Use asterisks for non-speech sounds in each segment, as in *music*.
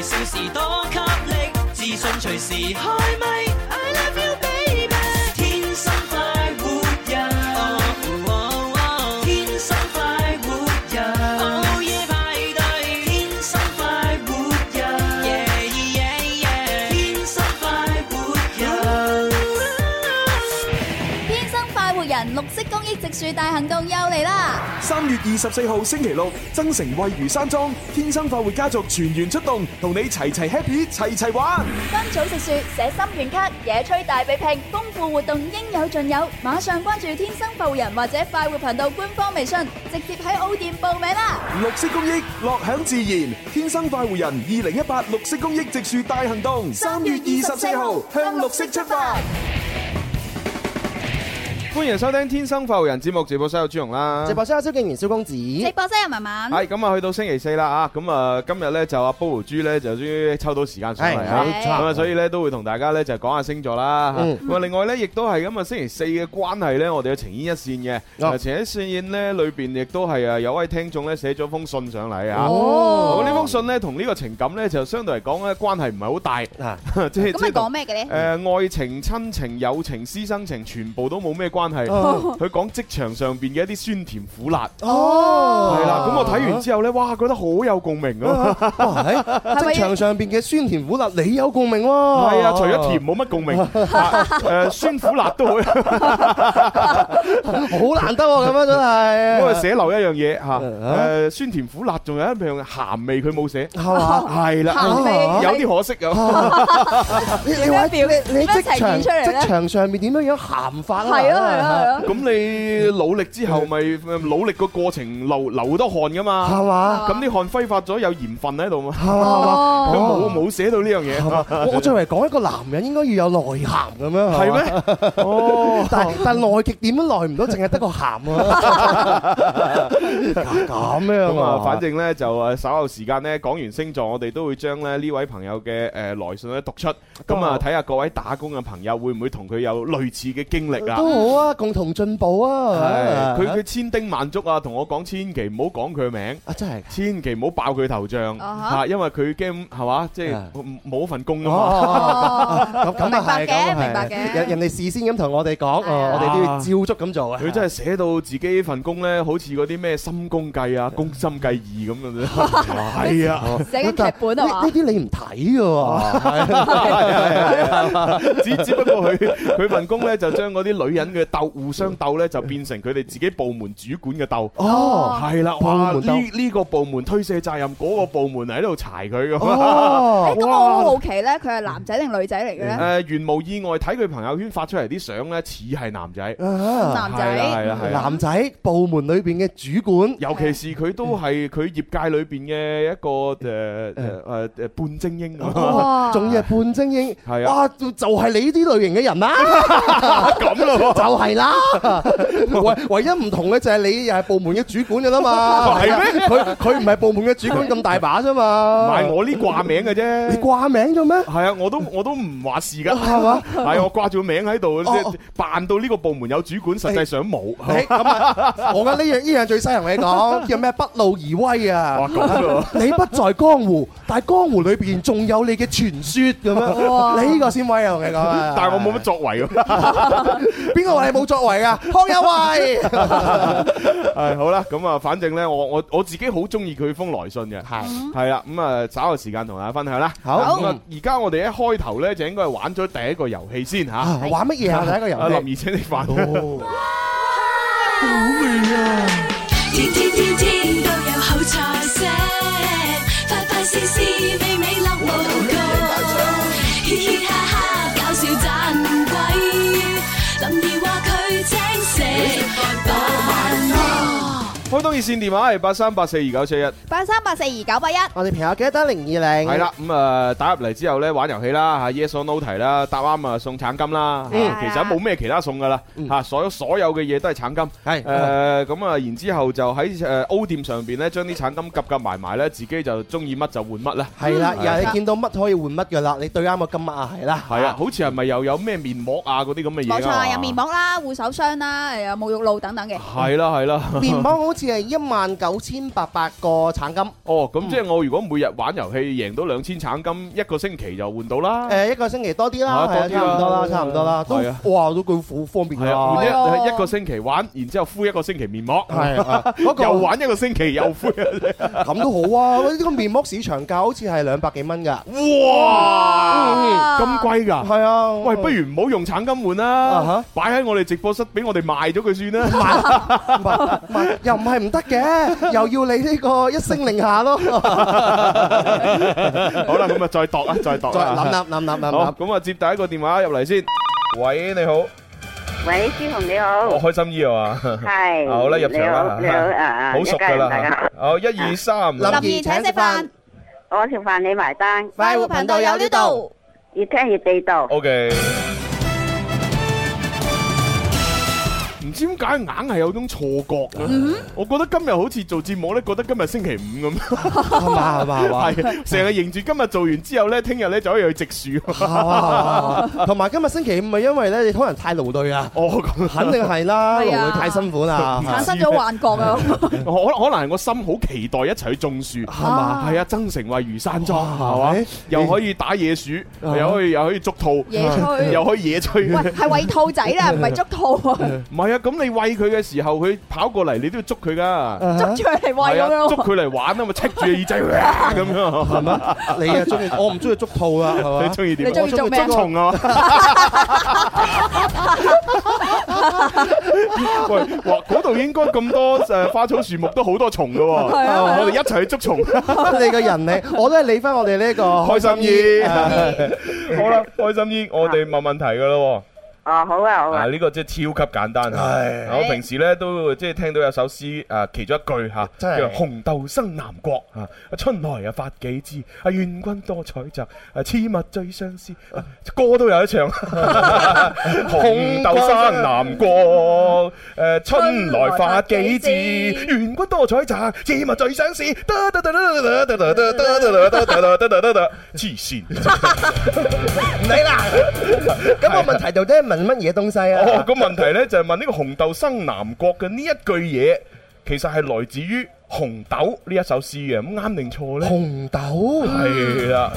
士多給力，自信隨時開咪。I love you baby，天生快活人，哦哦天生快活人，午夜派對，天生快活人，yeah yeah yeah，天生快活人。天生快活人綠色公益植樹大行動又嚟啦！三月二十四號星期六，增城惠如山莊天生快活家族全員出動，同你齊齊 happy，齊齊玩。分組植樹、寫心願卡、野炊大比拼，豐富活動應有盡有。馬上關注天生快活人或者快活頻道官方微信，直接喺澳店報名啦！綠色公益，樂享自然。天生快活人二零一八綠色公益植樹大行動，三月二十四號向綠色出發。歡迎收聽《天生浮人》節目，直播室有朱容啦。直播室有蕭敬元、蕭公子，直播室有文文，係咁啊，去到星期四啦啊，咁啊今日咧就阿 Boo 豬咧就終於抽到時間上嚟啊，係冇錯咁啊所以咧都會同大家咧就講下星座啦。嚇咁啊另外咧亦都係咁啊星期四嘅關係咧，我哋有情牽一線嘅，哦啊情牽一線咧裏邊亦都係啊有位聽眾咧寫咗封信上嚟啊。哦咁呢封信咧同呢個情感咧就相對嚟講咧關係唔係好大， *laughs* 啊，即係咁即咪係同講咩嘅咧？誒呃愛情、親情、友情、師生情，全部都冇咩關哦係。佢講職場上邊嘅一啲酸甜苦辣，哦係啦。咁我睇 *laughs* 完之後呢，哇，覺得好有共鳴啊！哇，喺職場上邊嘅酸甜苦辣，你有共鳴喎。係啊，除咗甜冇乜共鳴，誒酸苦辣都好。好難得喎，咁樣真係。 *laughs* 我寫漏一樣嘢嚇，嗯誒酸甜苦辣仲有一樣鹹味佢冇寫， *laughs* 係嘛？係鹹啦，味有啲可惜啊。你你話你點樣表你喺職場點樣呈現出嚟咧職場上面點樣樣鹹法啊？係咯係咯係咯，咁你努力之後，咪嗯努力個過程流流好多汗噶嘛？係嘛？咁啲汗揮發咗有鹽分喺度嘛？係嘛係嘛？佢哦，冇冇寫到呢樣嘢。我我作為講一個男人應該要有內涵咁樣，係 Ờ. 嘛？係咩？哦，但但內極點都內唔到，淨係得個鹹啊！ *laughs* 咁樣咁啊啊，，反正咧就誒稍後時間咧講完星座，我哋都會將咧呢位朋友嘅誒來信咧讀出，咁啊哦睇下各位打工嘅朋友會唔會同佢有類似嘅經歷啊？都好啊，共同進步啊！係佢佢千叮萬囑啊，同我講千祈唔好講佢名。啊真係。千祈唔好爆佢頭像啊哈嚇，因為佢驚係嘛，即係啊冇份工 Ờ。啊嘛。哦，哦咁咁啊係，明白嘅咁啊係明白嘅人人哋事先咁同我哋講，係啊哦我哋都要照足咁做啊。佢真係寫到自己份工咧，好似嗰啲咩心公計啊、攻心計二咁樣。係啊。寫緊劇本啊呢嘛呢。啲你唔睇嘅喎， *laughs* 只只不過佢佢份工咧就將嗰啲女人嘅鬥互相鬥咧，就變成佢哋自己部門主管嘅鬥。哦係啦，部哇！門鬥呢呢個部門推卸責任，嗰個部門喺度柴佢咁。 *laughs* 哦，咁我好好奇咧，佢係男仔定女仔嚟嘅咧？誒，原無意外睇佢朋友圈發出嚟啲相咧，似係男仔，啊男係啦係啦係仔，啦男仔部門裏邊嘅主管，尤其是佢都嗯係佢業界裏邊嘅一個誒誒誒誒半精英哦咁哇仲要係半精英，係啊哇，就就係你呢啲類型嘅人啦，咯就係啦，唯唯一唔同嘅就係你又係部門嘅主管嘅啦嘛，係咩佢佢唔係部門嘅主管咁大把啫喎，唔嘛，係我呢掛名嘅你啫。掛名咗咩？係啊，我 *laughs* 都我都唔話事㗎，係嘛係我掛住個名喺度，即哦係扮到呢個部門有主管，實際上冇。誒咁啊！我覺得呢樣呢樣最犀利，同你講叫咩不露而威哇啊！咁 *laughs* 㗎喎你不在江湖，但係江湖裏邊仲有你嘅傳説咁樣，哇你呢個先威啊！同你講啊，但係我冇乜作為 *laughs* 㗎。邊個話你冇作為啊？康有為係好啦，咁啊，反正咧，我我我自己好中意佢封來信嘅。係係啦，咁啊，稍後時間同大家分享啦。好咁啊，而家我哋一開頭咧就應該係玩咗第一個遊戲先吓。啊玩乜嘢啊？第一個阿遊林戲怡請你玩。哦天天天天都有好菜色，快快事事美美樂無窮，嘻嘻哈哈搞笑盞鬼，林兒話佢請食飯咯。開通熱線電話係八三八四二九四一。八三八四二九八一，我哋朋友記得打零二零係，啦，咁啊打入嚟之後咧玩遊戲啦，吓 yes or no 題啦，答啱啊送橙金啦。嗯嚇其實冇咩其他送噶啦，吓所有所有嘅嘢都係橙金。係誒咁啊，然之後就喺誒 O 店上邊咧，將啲橙金夾夾埋埋咧，自己就中意乜就換乜啦。係啦，嗯又係你見到乜可以換乜嘅啦，你對啱個金額啊，係啦，係啊，好似係咪又有咩面膜啊嗰啲咁嘅嘢冇啊錯，有面。膜啦、護手霜啦、誒有沐浴露等等嘅。 *laughs* 係啦係啦，面膜好似係一萬九千八百個橙金，哦，咁即係我如果每日玩遊戲贏到兩千橙金，一個星期就換到啦。誒一個星期多啲啦，啊係啊，多啲差唔多啦，啦差唔多啦，都係啊哇都佢好方便係啊，㗎換。係啊一一個星期玩，然之後敷一個星期面膜， *laughs* 係啊，嗰個又玩一個星期又敷。咁都好啊！呢個面膜市場價好似係兩百幾蚊㗎，哇，咁貴㗎！係啊。喂，不如唔好用橙金換啊哈啦，擺喺我哋直播室俾我哋賣咗佢算啦。唔係唔係又唔係唔得嘅，又要你呢個一聲令下咯。好啦，咁啊，再度啦，再 *laughs* 度 *laughs* 再諗啦。諗諗諗諗好，諗。咁啊，接第一個電話入嚟先。喂，你好，喂，朱紅你好，我開心醫啊嘛。係，好啦入場啦你好，你好，啊啊，好熟一噶家人大啦家，好一二三，林兒請食飯，好，我食飯你埋單，快活頻道有呢度。越聽越地道， O K。唔知點解硬係有種錯覺嘅，我覺得今日好似做節目咧，覺得今日星期五咁，係嘛係嘛 *laughs* 係嘛。係成日認住今日做完之後咧，聽日咧就可以去植樹。 *laughs* 啊同埋今日星期五咪因為咧，你可能太勞累啊，哦，咁肯定 *laughs* 係啦，係勞啊累太辛苦啦，產生咗幻覺啊！可可能係我心好期待一齊去種樹， *laughs* 係嘛係啊，增城為魚山莊係哇嘛誒，又可以打野鼠，啊又可以又可以捉兔，*laughs* 野炊又可以野 *laughs* 炊。喂，係喂兔仔啦，唔係捉兔啊，唔係啊，咁你餵佢嘅時候，佢跑過嚟，你都要捉佢噶。捉住佢嚟 *laughs* 係喂咁啊，捉樣。佢嚟玩啊嘛，戚住耳仔咁 *laughs* 樣，係嘛？你啊中意，我唔中意捉兔啦， *laughs* 係你嘛？中意點啊？你中意捉咩啊捉蟲啊？喂，哇！嗰度應該咁多誒花草樹木都好多蟲噶喎，哦係啊係啊我哋一齊去捉蟲， *laughs* 你個 *laughs* 人你，我都係理翻我哋呢個開心啲啊。 *laughs* 好啦，開心啲，我哋問問題噶咯喎。哦，好啊，好啊！啊，呢個即係超級簡單嚇。我平時咧都會即係聽到有首詩啊，其中一句嚇，真係叫做紅豆生南國啊，春來啊發幾枝啊，願君多採摘啊，此物最相思。啊歌都有得唱，紅豆生南國，誒春來發幾枝，願君多採摘，此物最相思。得得得得得得得得得得得得得得得，黐線！唔理啦，咁個問題到底係問乜嘢東西 *laughs* 哦，啊？個問題咧就係問呢個紅豆生南國嘅呢一句嘢，其實係來自於《紅豆》呢一首詩嘅，咁啱定錯咧？紅豆，係啦，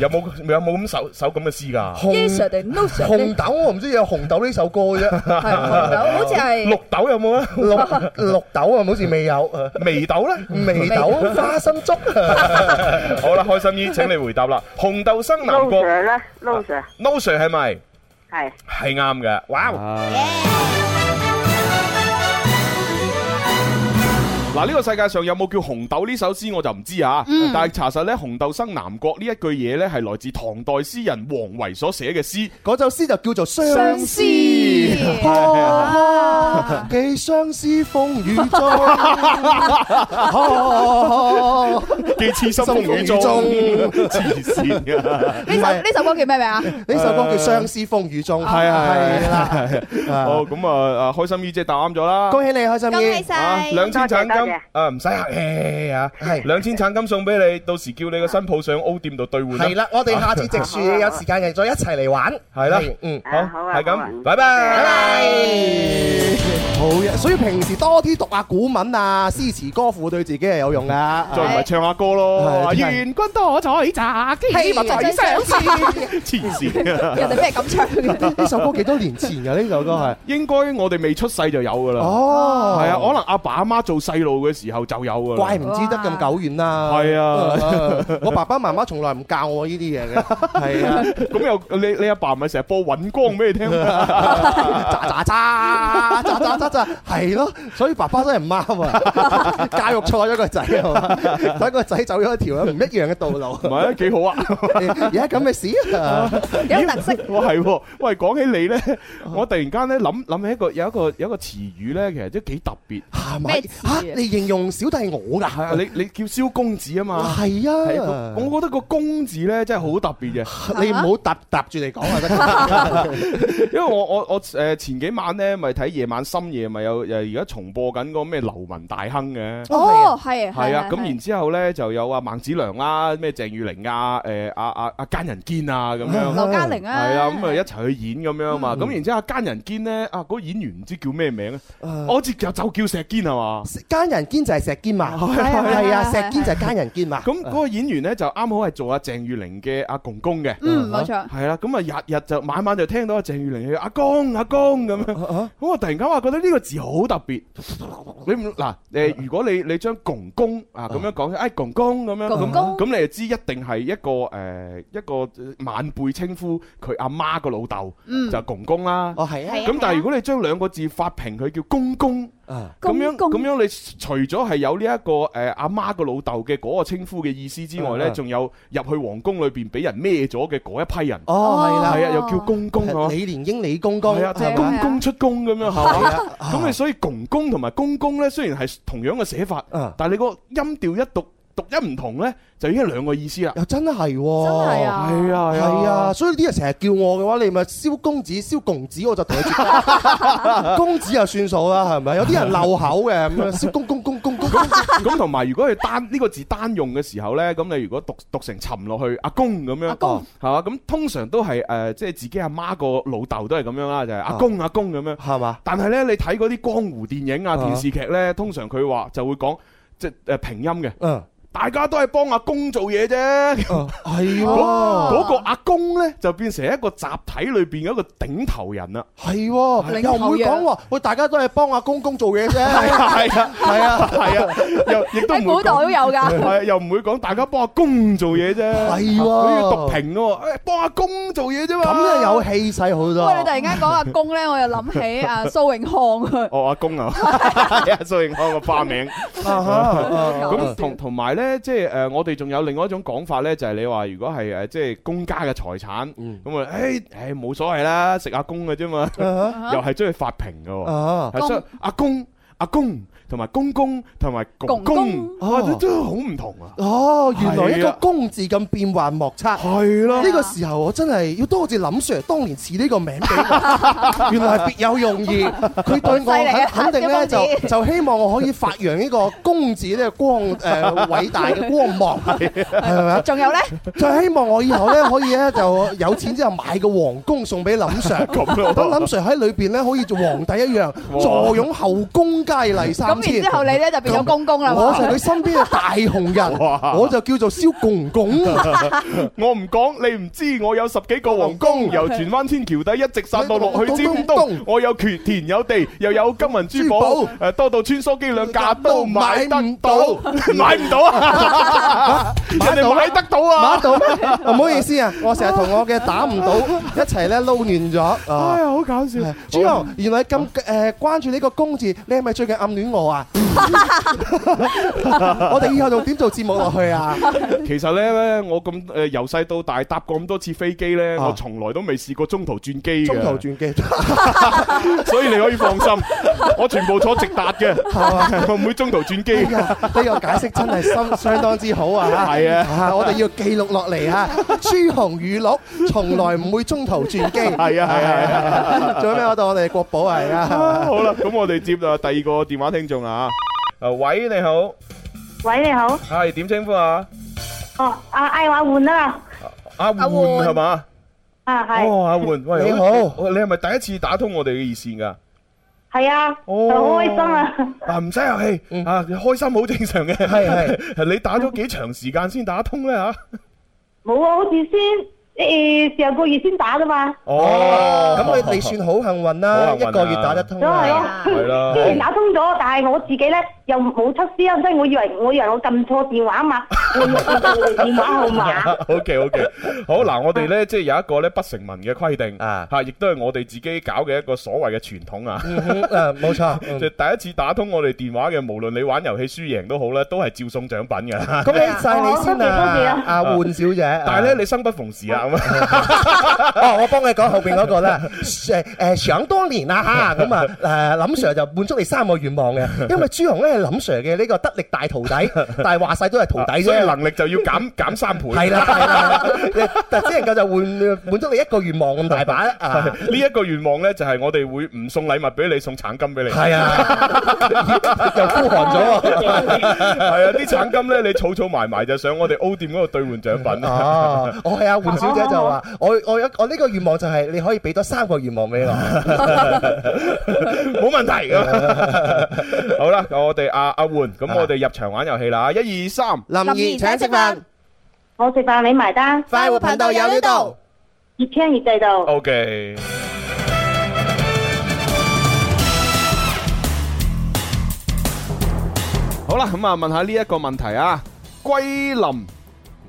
有冇有冇咁首首咁嘅詩㗎？紅 Yes 定 No 紅豆，我唔知有紅豆呢首歌啫，係紅豆，*laughs* 好似係綠豆有冇啊？綠 *laughs* 綠豆啊，好似未有，眉豆咧？眉豆花生粥。好啦，開心姨請你回答啦。紅豆生南撈國 Sir 啦，撈 Sir ，No Sir 係咪？係，係啱嘅，哇！啊嗱，呢個世界上有冇叫紅豆呢首詩我就唔知啊，嗯但係查實咧，紅豆生南國呢一句嘢咧係來自唐代詩人王維所寫 *laughs* 嘅詩。嗰首詩就叫做《相相思思》。啊寄相思風雨中， *laughs* 啊既痴心風雨中，心風 *laughs* 啊黐 *laughs* 線㗎。呢首呢首歌叫咩 *laughs* 名啊？呢首歌叫《相思風雨中》，係係係啦。哦，咁啊，啊開心姨姐答啱咗啦。恭喜你，開心恭喜姨，啊晒！！*laughs* *laughs* 兩千橙多謝多金謝啊，唔使客氣啊，係兩千橙金送俾你，到時叫你個新抱上 O 店度兌換啦係。啦，我哋下次植樹有時間又再一齊嚟玩，係啦嗯，啊好好，啊係好啊咁，拜拜。好嘅，所以平時多啲讀下古文啊、詩詞歌賦，對自己係有用噶。再唔係唱下歌咯，啊係真係願君多採摘， *laughs* 嘿既勿真取 *laughs* 相相思思，黐線啊！人哋咩咁唱嘅？呢首歌幾多年前㗎？呢首歌 *laughs* 係應該我哋未出世就有噶啦，哦，係啊，可能阿爸阿媽做細路嘅時候就有噶啦。怪唔知得咁久遠啦。係啊，啊我爸爸媽媽從來唔教我呢啲 *laughs* 嘢嘅，係啊，咁又你你阿爸咪成日播尹光俾你 *laughs* 聽，喳喳喳喳喳喳喳，係咯，所以爸爸真係唔啱啊， *laughs* 教育錯咗個仔啊嘛，等個仔走咗一條唔一樣嘅道路 *laughs* 唔，係啊，幾好啊！而家咁嘅事 *laughs* 啊，有特色。 *laughs* 哇，係喎，喂，講起你咧， *laughs* 我突然間咧諗諗起一個有一個有一個詞語咧，其實都幾特別。啊嚇咩咪詞啊嚇你嚟形容小弟我㗎，你你叫蕭公子啊嘛。係係啊個，我覺得個公字咧真係好特別 *laughs* 嘅，你唔好搭搭住嚟講啊，得㗎因為我我我誒前幾晚咧咪睇夜晚深夜咪有誒而家重播緊嗰個咩流民大亨嘅。哦，係啊，係啊，係咁係然之後咧就有啊孟子良啦，咩鄭裕玲啊，誒阿阿阿奸人堅啊咁 *laughs* 樣。劉嘉玲係啊，啊，咁啊一齊去演咁樣嘛，咁然之後奸人堅咧，啊嗰個演員唔知叫咩名咧，誒我好似就就叫石堅係嘛，奸人堅就係石堅嘛，係啊係啊，係啊石堅就係奸人堅嘛。咁嗰個演員咧就啱好係做阿鄭裕玲嘅阿公公嘅，Ừ, 嗯，冇錯，係啦，咁啊日日就晚晚就聽到阿鄭裕玲嘅阿公阿公咁樣，啊咁我突然間話覺得呢個字好特別，你唔嗱啊誒，如果你你將公公啊咁樣講，哎公公咁樣，公咁咁公你就知一定係一個誒一個呃晚輩稱呼佢阿媽個老豆嗯就係公公啦。哦係啊，係啊咁但係如果你將兩個字發平，佢叫公公，啊咁樣公公咁樣，你除咗係有呢一個誒阿媽個老豆嘅嗰個稱呼嘅意思之外嗯呢，嗯仲有入去皇宮裏邊俾人孭咗嘅嗰一批人，哦係啦係啊，又叫公公係，嗬，李連英李公公係啊，就係係啊係公啊公出宮咁樣係係嘛。啊，咁你所以公公同埋公公呢，雖然係同樣嘅寫法，啊但係你個音調一讀讀音唔同呢，就已經係兩個意思啦。又真係真係喎。啊，係啊，係啊，，所以啲人成日叫我嘅話，你咪蕭公子、蕭公子，我就同佢接。公子就算數啦，係咪？有啲人漏口嘅咁樣，蕭公公公公公公。咁同埋如果佢單呢個字單用嘅時候呢，咁你如果讀讀成沉落去阿公咁樣，阿公哦係嘛？咁通常都係誒，呃即係自己阿媽個老豆都係咁樣啦，就係阿公阿公咁樣。係嘛？但係呢，你睇嗰啲江湖電影啊、啊電視劇呢，通常佢話就會講即係呃平音嘅，嗯，大家都係幫阿公做嘢啫。嗯哦係喎，嗰嗰個阿公呢，就變成一個集體裏邊嘅一個頂頭人啦。係喎，領又唔會頭講羊話，喂，大家都係幫阿公公做嘢啫。係啊，係啊，係啊，又亦都喺唔古會代講都有㗎，係啊又唔會講大家幫阿公做嘢啫，係喎佢要讀平喎，誒幫阿公做嘢啫嘛，咁就有氣勢好多。喂，你突然間講阿公咧，我又諗起 à, 阿蘇永康哦阿 *laughs* 公啊，係啊蘇永康個花名，啊哈咁同同埋咧，即係誒我哋仲有另外一種講法咧，就係你話如果係誒即係公家嘅財產，嗯咁啊誒誒冇所謂啦，食阿公嘅啫嘛，Ờ, 啊哈又係將佢發平嘅喎。啊係所以阿公、阿公同埋公公同埋公公公，公哇哦都真係好唔同啊！哦，原來一係個啊公字咁變幻莫測。係咯呢個時候我真係要多謝林 Sir 當年賜呢個名俾 *laughs* 我，原來係別有用意。佢對我犀利肯啊肯定咧蕭公就子就希望我可以發揚呢個公字呢個光誒偉大嘅光 *laughs* 芒，係咪佢，啊？仲有咧，就希望我以後咧可以咧就有錢之後買個皇宮送俾林 *laughs* Sir，咁咯等林 Sir 喺裏邊咧可以做皇帝一樣，坐擁後宮佳麗咁三千然之。後你咧就變咗公公啦我就係喎，佢身邊嘅大紅哇 *laughs* 人，我就叫做蕭公公。我唔講，你唔知我有十幾個皇宮，由荃灣天橋底一直殺到落去尖東東，我有權田有地，又有金銀珠寶珠寶，誒多到穿梭機兩架都買得到都， *laughs* 買唔到啊！ *laughs* 人哋買得到馬啊！到 *laughs* 咩？唔好意思啊，我成日同我嘅打唔到一齊咧撈亂咗哎啊！呀，好搞笑！朱紅，原來咁誒關注呢個公字，你係咪最近暗戀我啊？ *laughs* 我哋以後仲點做節目落去啊？其實咧，我咁誒由細到大搭過咁多次飛機咧，啊我從來都未試過中途轉機嘅。中途轉機，所以你可以放心，我全部坐直達嘅，我唔會中途轉哎機。呀呢個解釋真 *laughs* 係相相當之好啊！係啊我哋要記錄落嚟啊！朱紅語錄從來唔會中途轉機， *laughs* 係啊係啊係啊！做咩我當我哋國寶嚟啊？好啦，咁我哋接啊第二個電話聽眾啦啊。喂，你好，喂，你好，係點稱呼啊？哦，阿嗌話換啦，阿焕係嘛？啊係，哦，阿焕，喂，你好喂你係咪第一次打通我哋嘅熱線㗎？係啊，哦好開心啊，啊，唔使客氣，啊，開心好正常嘅。嗯係係， *laughs* 你打咗幾長時間先打通咧吓？冇啊，好似先誒上個月先打噶嘛，哦咁你你算好幸運啦，好幸運啊一個月打得通咁係啊！咯，係啦雖然打通咗，但係我自己咧又冇出聲，所以我以為我以為我撳錯電話啊嘛，我以為我撳錯電話號 *laughs* 碼， O K O K，好嗱，我哋呢，即係有一個呢不成文嘅規定啊嚇亦都係我哋自己搞嘅一個所謂嘅傳統啊。 *laughs* 嗯哼，誒冇錯。嗯就第一次打通我哋電話嘅，無論你玩遊戲輸贏都好咧，都係照送獎品嘅。恭喜晒你先多謝多謝啊啊，阿換小姐。 *laughs* 啊但係 *laughs* 咧，，你生不逢時啊，咁啊哦，我幫你講後邊嗰個啦。 *laughs* *laughs* 誒誒，想當年啊嚇，咁啊誒，林 Sir 就滿足你三個願望嘅，因為朱紅咧係林 Sir 嘅呢個得力大徒弟，但係話晒都係徒弟 *laughs* 所以啫。能力就要減減三倍。 *laughs* 係啦，係啦， *laughs* 但只能夠就滿滿足你一個願望咁 *laughs* 大把啊！呢一個願望呢，就係我哋會唔送禮物俾你，送橙金俾你。 *laughs* 係啊，又孤寒咗喎。係啊，啲橙金呢，你儲儲埋埋就上我哋 O 店嗰度兑換獎品。哦，我係阿換小姐就話，我我有我呢個願望就係你可以俾多三個願望俾我。 *laughs* 冇問題 *laughs* 咁。好啦，我哋阿阿焕，咁我哋入場玩遊戲啦，一二三，林怡請食飯，我食飯你埋單，快活頻道有呢度。越聽越地道。 OK。好啦，咁啊，問下呢一個問題啊，桂林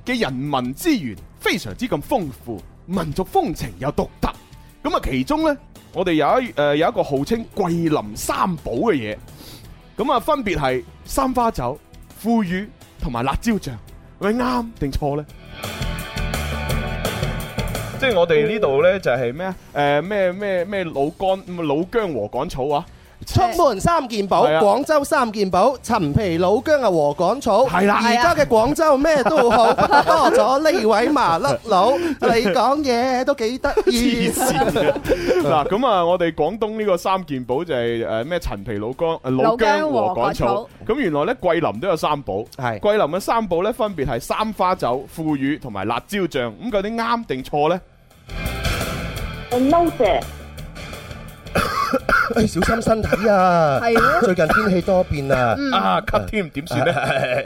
嘅人文資源非常之咁豐富，民族風情又獨特。咁啊，其中呢，我哋有一誒、呃有一個號稱桂林三寶嘅嘢，咁啊，分別係三花酒、腐乳同埋辣椒醬，喂啱定錯呢？即係我哋呢度呢，就係咩啊？誒咩咩咩老干老姜禾秆草啊？出門三件寶，係啊廣州三件寶，陳皮老姜啊禾秆草。係啦而家嘅廣州咩 *laughs* 都好，不過多咗呢位麻甩佬，你講嘢都幾得意。 *laughs* 嗱，咁啊，我哋廣東呢個三件寶就係誒咩陳皮老姜、呃老姜禾秆草。咁原來咧桂林都有三寶，係桂林嘅三寶咧分別係三花酒、腐乳同埋辣椒醬。咁究竟啱定錯咧？ No sir，哎，小心身體啊！係咯最近天氣多變啊。啊，cut 添點 *laughs* 算咧？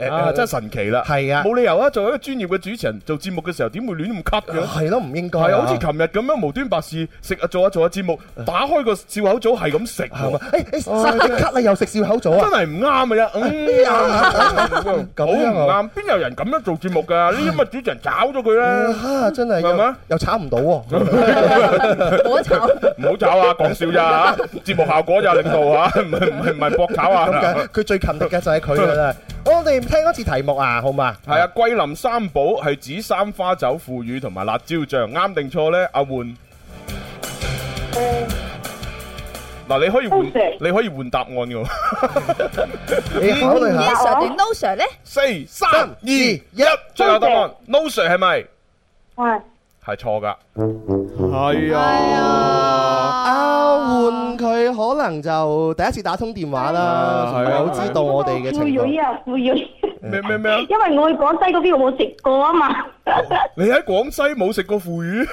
啊，真係神奇啦！係啊冇理由啊！作為一個專業嘅主持人，做節目嘅時候點會亂咁 cut 嘅？係咯，唔應該啊。係啊，好似琴日咁樣無端白事食啊，做下做下節目，打開個笑口組係咁食喎，係嘛？誒誒，咳啦，又食笑口組真啊！係唔 *laughs* 啱嘅啫。嗯好唔咁樣啊啱，邊有人咁樣做節目 *laughs* 㗎？呢啲咁嘅主持人炒咗佢啦！啊，真係係咪又又炒唔到喎。我炒唔好炒啊，講笑咋嚇，節目效果咋，領導嚇， *laughs* 唔係唔係唔係搏炒咁啊嘅，。佢最勤力嘅就係佢噶啦。我哋聽一次題目啊，好嘛？係啊，桂林三寶係指三花酒、腐乳同埋辣椒醬，啱定錯呢？阿換嗱，你可以換多謝，你可以換答案嘅喎。你考慮下 Yes。Sir 定 No Sir 咧？四、三、二、一，最後答案，No Sir 係咪？係係錯㗎。係啊，阿換佢可能就第一次打通電話啦，係唔啊係好知道我哋嘅腐情乳況。啊，腐乳，咩咩咩啊？因為我去廣西嗰邊我冇食過啊嘛。你喺廣西冇食過腐乳？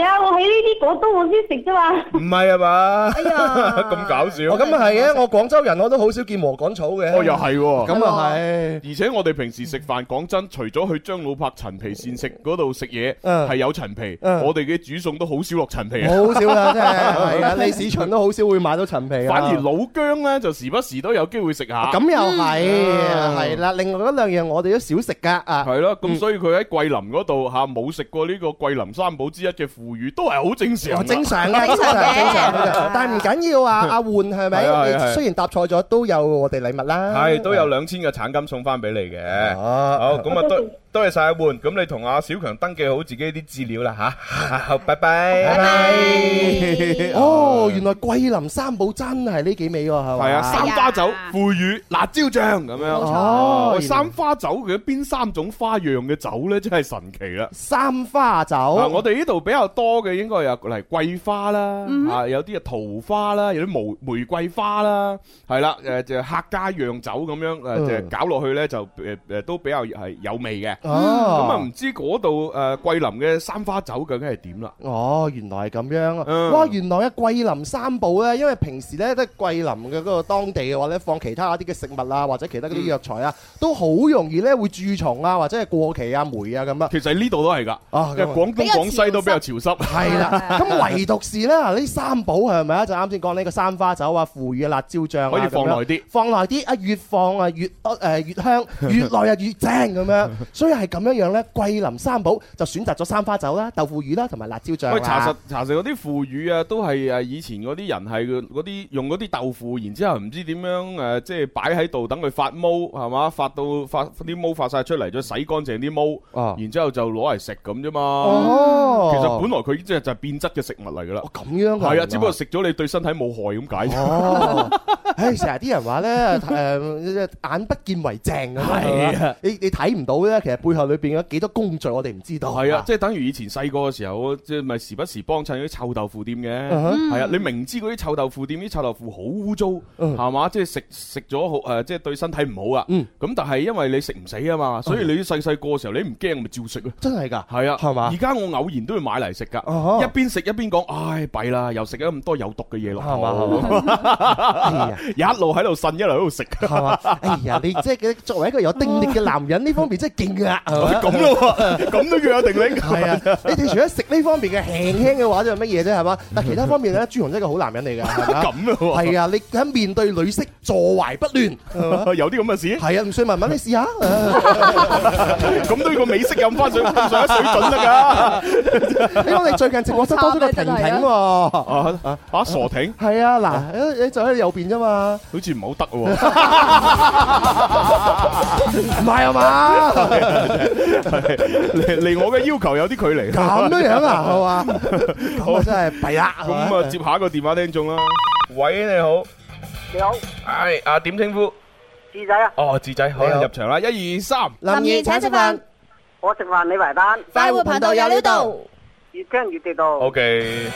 係啊，我喺呢啲廣東我先食啫嘛。唔係啊嘛？Ờ, 哎 dạ. 呀 *laughs* 咁搞哦我笑。咁啊係嘅，我廣州人我都好少見禾秆草嘅。哦，又係喎。咁啊係，而且我哋平時食飯，講真，除咗去張老伯陳皮膳食嗰度食嘢嗯係有陳皮，嗯我哋嘅煮餸都好少落陳皮啊。好少啦，真係 *laughs* 係啊！你市場都好少會買到陳皮啊。反而老姜呢，就時不時都有機會食下。啊咁又係，係啦。另外嗰兩樣我哋都少食噶啊。係咯，咁所以佢喺桂林嗰度嚇冇食過呢個桂林三寶之一嘅腐乳，都係好 *laughs* 正常啊哦，㗎。正常嘅，正常嘅，正常嘅，但係唔緊要啊，阿換係係啊係啊咪？係啊你雖然答錯咗，都有我哋禮物啦。係都有兩千嘅橙金送翻俾你嘅。哦，好，咁啊多多謝晒阿換，咁你同阿小強登記好自己啲資料啦 *laughs* 吓，好，拜拜，拜拜哦，原來桂林三寶真係呢幾味喎，係咪？係啊，三花酒、腐乳、辣椒醬咁樣。哦，原來三花酒佢邊三種花樣嘅酒呢，真係神奇啦！三花酒，啊，我哋呢度比較多嘅應該有嚟桂花啦，啊有啲係桃花啦，有啲玫玫瑰花啦，係啦，誒就客家釀酒咁樣誒，就嗯搞落去呢，就誒誒都比較係有味嘅。咁啊，哦，唔知嗰度誒桂林嘅三花酒究竟係點啦？哦，原來係咁樣啊！嗯哇，原來嘅桂林三寶咧，因為平時咧都係桂林嘅嗰個當地嘅話咧，放其他啲嘅食物啊，或者其他嗰啲藥材啊，都好容易咧會蛀蟲啊，或者係過期啊、霉啊咁啊。其實呢度都係㗎，啊即咁係啊廣東比較廣西都比較潮潮濕。係啦，咁唯獨是咧，嗱呢三寶係咪啊？就啱先講呢個三花酒啊、腐乳啊、辣椒醬啊可以放咁樣耐啲呃 *laughs* 放耐啲啊，越放啊越誒越香，越耐啊越正咁樣。所以以係咁樣樣咧，桂林三寶就選擇咗三花酒啦、豆腐魚啦同埋辣椒醬喂，查實啦。查實嗰啲腐乳啊，都係誒以前嗰啲人係嗰啲用嗰啲豆腐，然之後唔知點樣誒，即係擺喺度等佢發毛係嘛，發到發啲毛發晒出嚟，再洗乾淨啲毛哦，然之後就攞嚟食咁啫嘛。哦，其實本來佢即係就係變質嘅食物嚟㗎啦哦。咁樣㗎係啊，只不過食咗你對身體冇害咁解。哦，唉，成日啲人話咧，誒眼不見為淨咁係啊啊！你你睇唔到咧，其實背後裏邊有幾多工序，我哋唔知道。係啊，即係等於以前細個嘅時候，即係咪時不時幫襯嗰啲臭豆腐店嘅，係啊，你明知嗰啲臭豆腐店啲臭豆腐好污糟，嗯係嘛，即係食食咗好誒，即係對身體唔好啊。嗯咁但係因為你食唔死啊嘛，所以你細細個嘅時候你唔驚，咪照食咯。真係㗎，係啊，係嘛而家我偶然都會買嚟食㗎，哦一邊食一邊講，唉，弊啦，又食咗咁多有毒嘅嘢落係嘛肚，哎呀， *laughs* 一路喺度呻，一路喺 *laughs* 度食。係嘛？哎 *laughs* 呀，你即係作為一個有定力嘅男人，呢方面真係勁㗎，係嘛？咁咯喎，咁都叫有定力。係啊，你哋除咗食呢方面嘅輕輕嘅話，就乜嘢啫係嘛？但其他方面咧，朱紅真係一個好男人 *laughs* 嚟㗎，係嘛？咁咯喎係啊，你喺面對女色坐懷 *laughs* 不亂，係嘛 *laughs* 有啲咁嘅事，係啊，唔信文文你試下。啊咁都要個美式飲翻上咁上下水準得㗎。因為你最近直播室多咗個婷婷喎。啊啊傻挺， *laughs* 係啊，嗱，你就喺右邊 *laughs* 啫嘛，好似唔係好得喎，唔係 *laughs* 啊嘛，離離我嘅要求有啲距離。咁樣樣啊，係嘛，咁啊真係弊啦，咁啊，接下一個電話聽眾啦。喂，你好，你好，唉，啊點稱呼？志仔啊，哦，智仔，好你好啦，入入場啦，一二三，林怡請食飯，我食飯你埋單，快活頻道有料到。越聽越地道。 ，OK。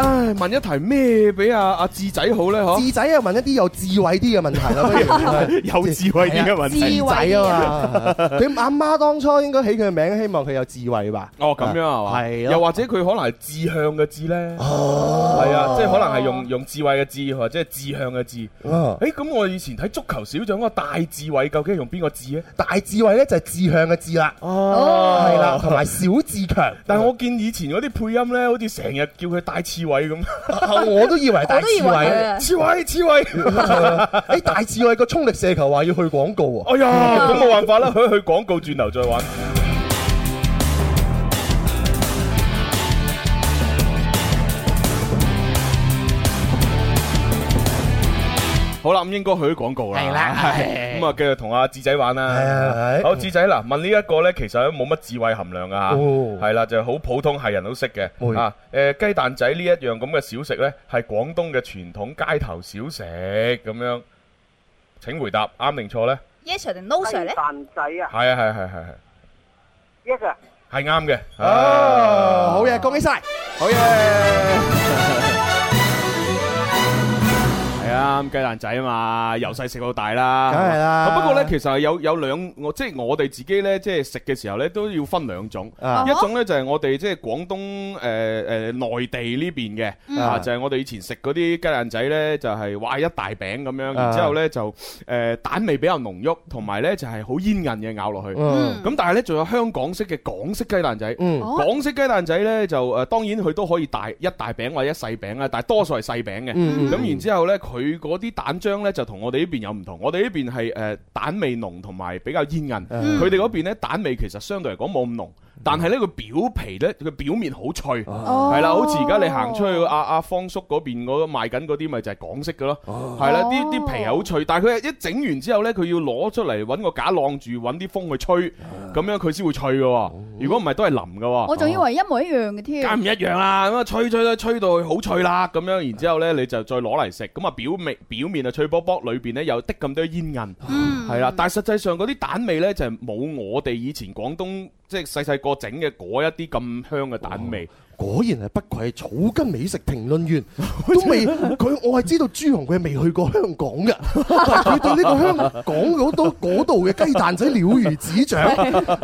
唉，問一題咩俾阿阿智仔好咧？嗬，智仔啊問一啲有智慧啲嘅問題啦，啊不如有智慧啲嘅問題。智啊仔啊嘛，佢阿媽當初應該起佢名，希望佢有智慧吧？哦，咁樣係嘛？啊係咯啊又或者佢可能係志向嘅志咧，係啊，即係可能係用用智慧嘅智，或者係志向嘅志。哦誒，咁我以前睇足球小將嗰個大智慧，究竟係用邊個字咧？大智慧咧就係志向嘅志啦，哦係啦，同埋小志強。但係我見以前嗰啲配音咧，好似成日叫佢大刺猬咁， *laughs* 我都以為大我都以智為佢慧。啊刺猬刺猬， *laughs* 誒大智慧個衝力射球話要去廣告喎。哎呀，Ừ. 咁冇辦法啦， *laughs* 去去廣告轉頭再玩。好啦，咁應該去啲廣告啦。係啦，咁啊，繼續同阿智仔玩啦。係啊係好，智仔嗱，問呢一個咧，其實都冇乜智慧含量噶哦嚇，係啦，就好普通係人都識冇嘅嘢啊。誒雞蛋仔呢一樣咁嘅小食呢，係廣東嘅傳統街頭小食咁樣。請回答啱定錯呢？ Yes sir 定 No sir 咧？蛋仔啊係啊係啊係啊係啊，yes 啊，係係啱嘅。哦，好嘢，恭喜晒！好嘢！係啊，咁雞蛋仔啊嘛，由細食到大啦。梗係啦不過呢，其實係有有兩，我即係我哋自己呢，即係食嘅時候呢，都要分兩種。啊一種呢，就係我哋即係廣東誒誒內地呢邊嘅，啊就係我哋以前食嗰啲雞蛋仔呢，就係哇一大餅咁樣，然之後呢，就誒蛋味比較濃郁，同埋呢就係好煙韌嘅咬落去。嗯咁但係呢，仲有香港式嘅港式雞蛋仔。嗯哦港式雞蛋仔呢，就誒、呃、當然佢都可以大一大餅或者一細餅啦，但係多數係細餅嘅。咁、嗯然之後呢，佢嗰啲蛋漿呢，就同我哋呢邊有唔同。我哋呢邊係誒蛋味濃同埋比較煙韌，嗯佢哋嗰邊呢蛋味其實相對嚟講冇咁濃，但係呢，佢表皮呢，佢表面好脆。哦係啦，好似而家你行出哦去阿阿方叔嗰邊嗰個賣緊嗰啲，咪就係港式嘅咯。係啦，啲啲皮係好脆，但係佢一整完之後呢，佢要攞出嚟揾個架晾住，揾啲風去吹，咁樣佢先會脆嘅喎。如果唔係都係腍嘅喎。我仲以為一模一樣嘅添。梗唔一樣啦，咁啊吹吹吹吹到好脆啦，咁樣然之後咧你就再攞嚟食，咁啊表面表面啊脆卜卜，裏邊咧有的咁多煙韌，係啦、但係實際上嗰啲蛋味咧就係冇我哋以前廣東即係細細個整嘅嗰一啲咁香嘅蛋味，果然係不愧係草根美食評論員，都未佢我係知道朱紅佢係未去過香港嘅，但係佢對呢個香港嗰度嗰度嘅雞蛋仔了如指掌。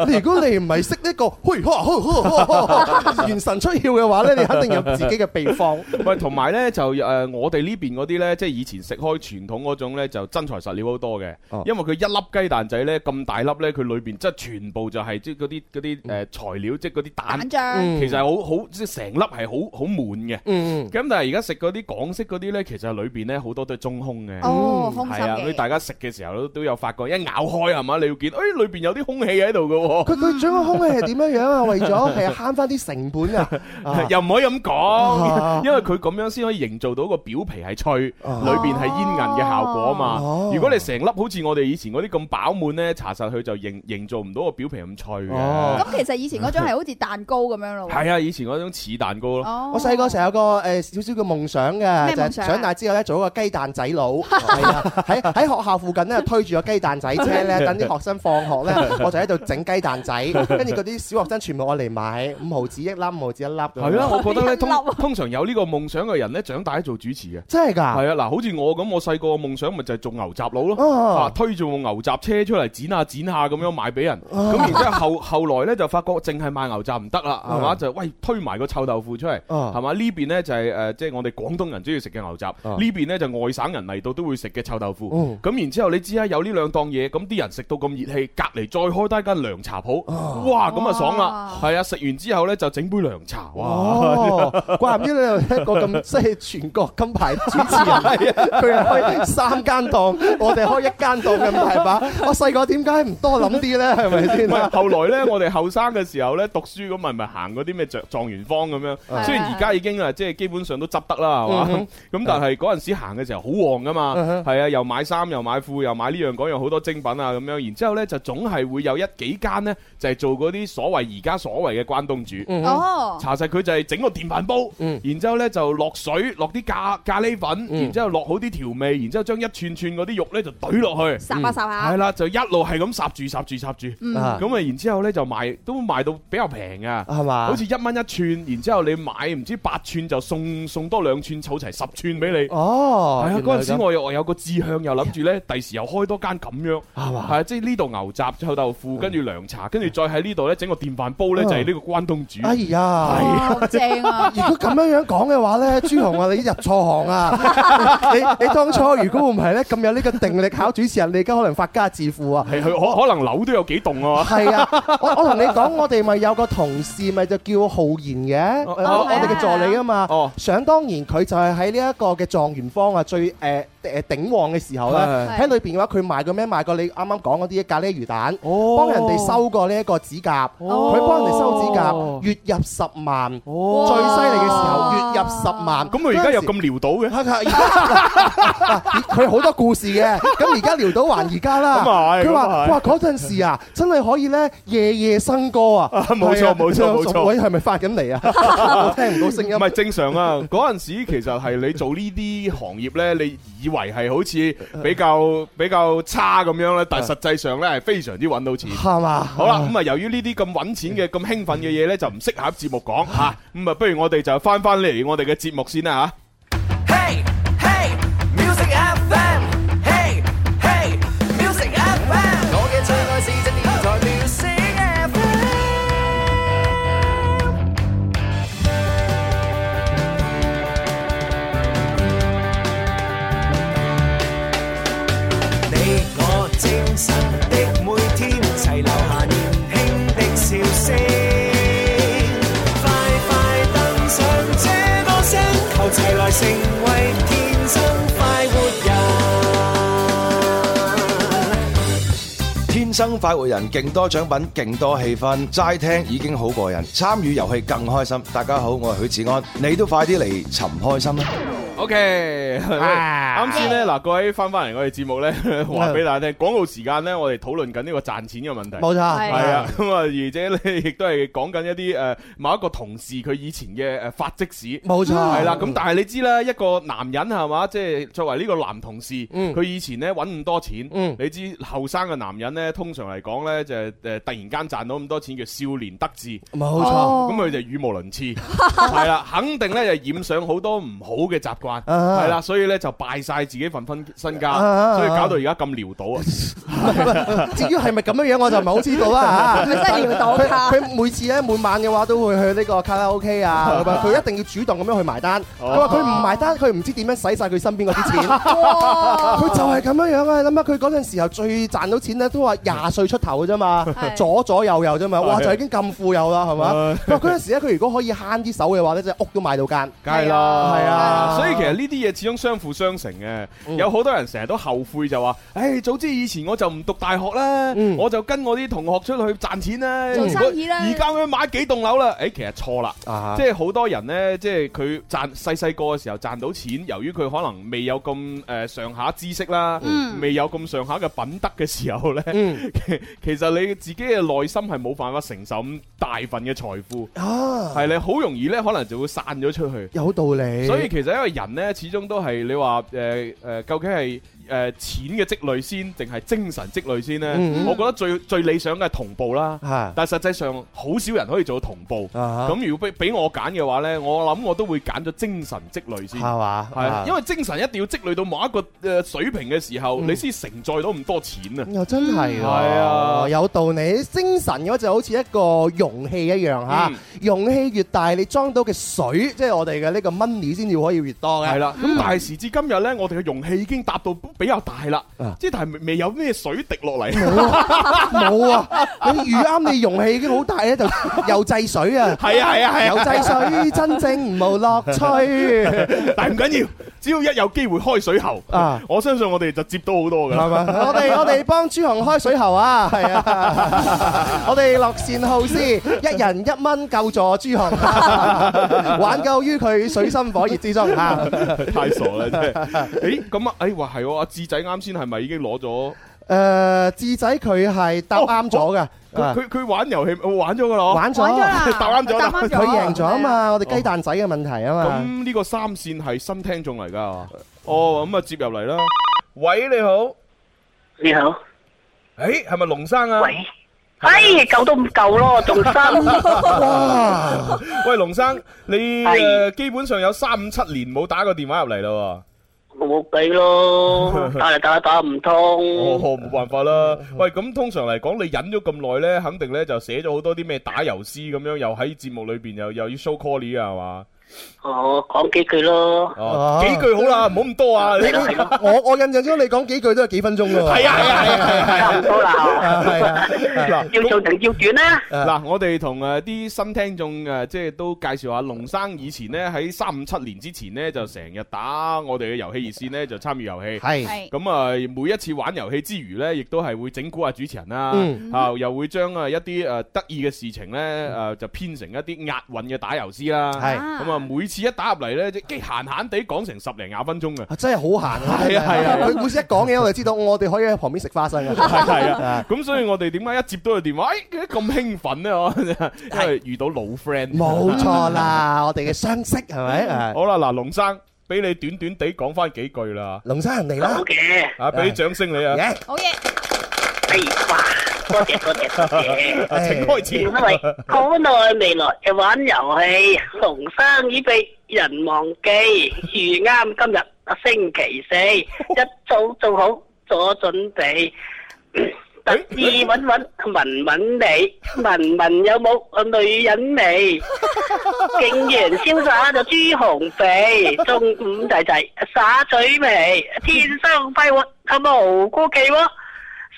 你如果你唔係識呢個，嘿呵呵呵呵呵元神出竅嘅話咧，你肯定有自己嘅秘方。喂，同埋咧就誒、呃我哋呢邊嗰啲咧，即係以前食開傳統嗰種咧，就真材實料好多嘅，哦因為佢一粒雞蛋仔咧咁大粒咧，呃佢裏邊即係全部就係即係嗰啲嗰啲誒材料，即係嗰啲蛋蛋醬其實係好好即即係成粒係好好滿嘅。嗯，咁但係而家食嗰啲港式嗰啲呢，其實裏邊呢好多都係中空嘅。哦，空心係啊，所以嘅。大家食嘅時候都都有發覺，一咬開係嘛，你要見，誒裏邊有啲空氣喺度嘅佢佢掌個空氣係點樣樣啊？為咗係慳翻啲成本啊！啊喎，又唔可以咁啊 *laughs* 講，因為佢咁樣先可以營造到個表皮係脆，啊裏邊係煙韌嘅效果啊哦嘛。如果你成粒好似我哋以前嗰啲咁飽滿呢，查實佢就營營造唔到個表皮咁脆哦嘅。咁其實以前嗰張係好似蛋糕咁樣咯喎。係啊，以前嗰種似蛋糕咯，哦我細個成日有個誒少少嘅夢想嘅，咩就夢想啊係長大之後咧做一個雞蛋仔佬，係啊！喺 *laughs* 喺學校附近咧推住個雞蛋仔車 *laughs* 咧，等啲學生放學咧，我就喺度整雞蛋仔，跟住嗰啲小學生全部我嚟買五毫子一粒，五毫子一粒咁樣。係啊，我覺 *laughs* 得呢，通一粒通常有呢個夢想嘅人呢，長大都做主持嘅。真係㗎，係啊，嗱，好似我咁，我細個嘅夢想咪就係做牛雜佬咯。啊，啊，推住部牛雜車出嚟剪下剪下咁樣賣俾人，咁然之後後 *laughs* 後來咧就發覺淨係賣牛雜唔得啦，係嘛？就喂推埋個臭豆腐出嚟，啊係嘛？呢邊呢就係誒，呃即係我哋廣東人中意食嘅牛雜，呢邊呢就外省人嚟到都會食嘅臭豆腐嗯。咁然之後你知啊啦，有呢兩檔嘢，咁啲人食到咁熱氣，隔離再開低間涼茶鋪，哇咁啊爽啦！係啊，食完之後呢就整杯涼茶，哇！哦，怪唔知你有一個咁 *laughs* 即係全國金牌主持 *laughs* 人，啊佢係開三間檔，我哋開一間檔咁大把。我細個點解唔多諗啲咧？係咪唔先啊係，後來咧，我哋後生嘅時候咧，讀書咁咪咪行嗰啲咩狀狀元坊咁樣。雖然而家已經啊，即係基本上都執得啦，係嘛。咁但係嗰陣時行嘅時候好旺噶嘛，嗯嗯哼係啊，又買衫又買褲又買呢樣嗰樣好多精品啊咁樣。然之後咧就總係會有一幾間咧就係做嗰啲所謂而家所謂嘅關東煮。哦，查實佢就係整個電飯煲，嗯然之後咧就落水，落啲咖咖喱粉，嗯然之後落好啲調味，然之後將一串串嗰啲肉咧就懟落去，霎下霎係下。啦，就一路係咁霎住霎住霎住。Ừ. 啊？咁啊，然之後咧就賣都賣到比較平啊，係嘛？好似一蚊一串，然之後你買唔知八串就送送多兩串，湊齊十串俾你。哦，係啊，原嗰來陣時咁我又我有個志向，又諗住咧，第時又開多間咁樣， *laughs* 係嘛嗯係啊，即係呢度牛雜、臭豆腐，跟住涼茶，跟住再喺呢度咧整個電飯煲咧就係呢個關東煮。哎呀。哇正啊！如果咁樣樣講嘅話咧， *laughs* 朱紅啊，你入錯行啊！ *laughs* 你你當初如果唔係咧咁有呢個定力考主持人，你而家可能發家致富啊！係佢可可能樓都有幾棟 *laughs* 啊嘛。係啊，我我同你講，我哋咪有個同事咪就叫浩然嘅，哦我我哋嘅助理啊嘛。哦想當然佢就係喺呢一個嘅狀元坊啊，最誒誒鼎旺嘅時候咧，係喺裏邊嘅話，佢賣過咩？賣過你啱啱講嗰啲咖喱魚蛋，哦幫人哋修過呢一個指甲，佢幫人哋修指哦甲，月入十萬。哦最犀利嘅時候，月入十萬。咁佢而家又咁潦倒嘅，嗰陣時。 *laughs* 佢好多故事嘅，咁而家聊到還而家啦。咁啊係佢咁啊話：係哇，嗰陣時啊，真係可以咧夜夜笙歌啊！ *laughs* 冇錯係啊冇錯冇錯喂，係咪發緊 *laughs* 嚟啊？我聽唔到聲音唔。係正常啊！嗰陣時其實係你做呢啲行業呢，你以為係好似比較比較差咁樣咧，但係實際上呢，係非常之揾到錢。係嘛？好啦，咁啊，由於呢啲咁揾錢嘅、咁興奮嘅嘢呢，就唔適合節目講嚇。咁啊，不如我哋就翻翻嚟我哋嘅節目先啦 Hey, hey, music FM. Hey, hey, music FM. 我嘅最愛是只電台 music FM。你我精神的每天，齊留下年輕的笑聲。快快登上這歌聲，求齊來成為天生快活人。天生快活人，勁多獎品，勁多氣氛，齋聽已經好過癮，參與遊戲更開心。大家好，我係許志安，你都快啲嚟尋開心啦！嚇。OK，啱 *laughs* 啊先呢，嗱，各位翻翻嚟我哋節目呢，話俾大家聽，廣告時間呢，我哋討論緊呢個賺錢嘅問題。冇錯，係係啊，咁啊，而且咧亦都係講緊一啲誒某一個同事佢以前嘅誒發跡史。冇錯，係啦，咁但係你知啦，一個男人係嘛，即係作為呢個男同事，嗯佢以前咧揾咁多錢，嗯你知後生嘅男人咧，通常嚟講咧就係誒突然間賺到咁多錢叫少年得志，冇錯，哦 *laughs* 咁佢就語無倫次，係啦，肯定咧就染上好多唔好嘅習慣，啊係啦，所以咧就敗晒自己份分身家啊，所以搞到而家咁潦倒啊！至於係咪咁樣樣，我就唔係好知 *laughs* 道啦嚇。咪真係撩到佢㗎佢每次咧每晚嘅話都會去呢個卡拉 OK 啊， *laughs* 咁啊佢一定要主動咁樣去埋單。哦佢話佢唔埋單，佢唔知點樣使晒佢身邊嗰啲錢。 *laughs* 佢就係咁樣樣啊！諗下佢嗰陣時候最賺到錢咧，都話廿歲出頭嘅啫嘛，係左左右右啫嘛，哇就已經咁富有啦，係嘛？佢話嗰陣時咧，佢如果可以慳啲手嘅話咧，即係屋都買到間。梗係啦，係啊所以其實呢啲嘢始終相輔相成嘅。有好多人成日都後悔就話：，唉，早知以前我就唔讀大學啦，嗯我就跟我啲同學出去賺錢啦，做生意啦如果而家咁樣買幾棟樓啦，誒，其實錯啦。啊即係好多人呢，即係佢賺細細個嘅時候賺到錢，由於佢可能未有咁誒上下知識啦，嗯未有咁上下嘅品德嘅時候呢，嗯其 *laughs* 其實你自己嘅內心係冇辦法承受咁大份嘅財富，啊，係你好容易呢，可能就會散咗出去。有道理。所以其實因為人呢，始終都係你話誒誒，究竟係誒、呃、錢嘅積累先，定係精神積累先呢？嗯我覺得最最理想嘅係同步啦。嚇但係實際上好少人可以做到同步。啊咁如果俾俾我揀嘅話呢，我諗我都會揀咗精神積累先。啊係嘛？啊係，因為精神一定要積累到某一個誒水平嘅時嗯候，你先承載到咁多錢啊！又真係喎，係啊有道理。精神嘅話就好似一個容器一樣嚇嗯，容器越大，你裝到嘅水，即係我哋嘅呢個 money 先至可以越多嘅。係啦，咁但係時至今日呢，我哋嘅容器已經達到比較大啦，啊即係但係未未有咩水滴 *laughs* 落嚟。 *laughs* 冇啊！你預啱你容器已經好大 *laughs* 咧，就又制水啊！係啊係啊係啊又制水，真正無 *laughs* 樂趣，但係唔緊要，只要一有機會開水喉，啊我相信我哋就接到好多㗎係啦。嘛？我哋我哋幫朱紅開水喉啊！係啊！ *laughs* 我哋樂善好施，一人一蚊救助朱 *laughs* 紅，挽救於佢水深火熱之中啊！ *laughs* 太傻啦真係！誒咁啊，誒話係喎，阿志仔啱先係咪已經攞咗？誒智仔佢係答啱咗嘅，佢啊佢佢玩遊戲我玩咗㗎啦。玩咗玩咗，啦，答啱咗啦答啱佢贏咗啊！嘛，我哋雞蛋仔嘅問題啊嘛，哦咁呢個三線係新聽眾嚟㗎係嘛？哦，咁啊接入嚟啦。喂，你好，你好，誒係咪龍生啊？喂，哎，夠都唔夠咯，仲 *laughs* 新。喂，龍生，你係誒基本上有三五七年冇打過電話入嚟啦冇計 *laughs* 咯，打嚟打去打唔喎，哦，通，冇辦法啦。喂，咁通常嚟講，你忍咗咁耐呢，肯定呢就寫咗好多啲咩打油詩咁樣，又喺節目裏邊又又要 show call 啊，係嘛？哦，講幾句咯，哦啊，幾句好啦，唔好咁多啊。你係咯係咯，我我印象中你講幾 *laughs* 句都係幾分鐘嘅係喎，啊係啊係啊係啊係啊！ *laughs* 差唔多啦， *laughs* 係啊， *laughs* 嗱要做定要短啦。嗱，我哋同呃誒啲新聽眾誒，即係都介紹下龍生以前呢，喺三五七年之前呢，就成日打我哋嘅遊戲熱線呢，就參與遊戲。係係咁啊，每一次玩遊戲之餘呢，亦都係會整蠱下主持人啦嗯，啊，又會將啊一啲誒得意嘅事情呢，誒就編成一啲押韻嘅打油詩啦。À. 係咁啊，每次一打入嚟呢，即係閒閒地講成十零廿分鐘嘅。啊真係好閒啊，係啊係啊佢每次一講嘢我就知道我哋可以喺旁邊食花 *laughs* 生啊，係啊，咁所以我哋點解一接到個電話，哎佢咁興奮呢？我因為遇到老 friend。冇錯啦，我哋嘅相識係咪啊？好啦，嗱，龍生，俾你短短地講翻幾句啦，龍生人嚟啦好，嘅，啊，俾啲掌聲你啊，耶！好嘢，哎，哇，多謝多謝多謝。啊請開因始。 *laughs* 為好耐未來嘅玩遊戲，龍生已被人忘記。遇啱今日啊星期四，一早做好咗準備，特意揾揾問問你，問問有冇女人味，竟然瀟灑咗朱紅鼻，中午仔仔耍嘴味，天生快活咁無辜記喎，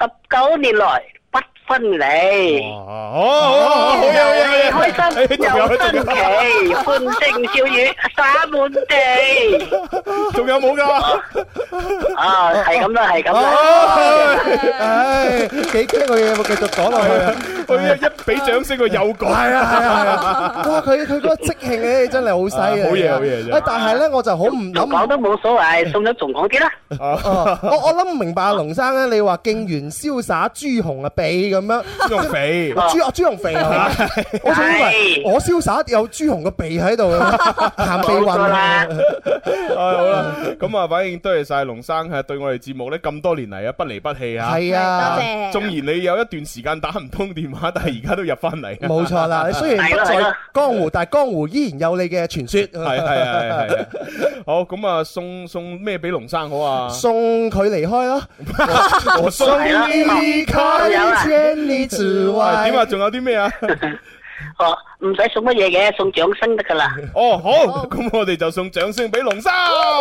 十九年來不分離。哇哦，好嘢，好嘢，好嘢開心仲有又新奇，歡聲笑語灑滿地。仲有冇噶？啊，係咁啦，係咁 Ờ, 啦。唉唉，幾驚佢有冇繼續講落去啊？佢一一俾掌聲，佢又講。係啊係啊係啊！哇，佢佢嗰個即興嘅真係好犀利啊，啊好嘢好嘢真係喂但係咧我就好唔仲諗講都冇所謂，送咗仲講啲啦。Ờ, 哦我我諗唔明白啊，龍生咧，你話勁完瀟灑朱紅啊鼻咁樣，仲肥，哦啊朱朱紅肥啊，我仲以為係我瀟灑有朱紅個鼻喺度，行鼻冇錯啦運。啊好啦，咁啊，反正多謝晒龍生係對我哋節目咧咁多年嚟啊不離不棄啊。係啊，係縱多謝。然你有一段時間打唔通電話，但係而家都入翻嚟。冇錯啦。你雖然不係在啦係啦江湖，但係江湖依然有你嘅傳係說。係係係係。好，咁啊，送送咩俾龍生好啊？送佢離開咯，我送係啦離開千里之外。點啊？仲有啲咩啊？Ờ, 哦，唔使送乜嘢嘅，送掌聲得噶啦。哦，好好，咁我哋就送掌聲俾龍生，多謝晒，多謝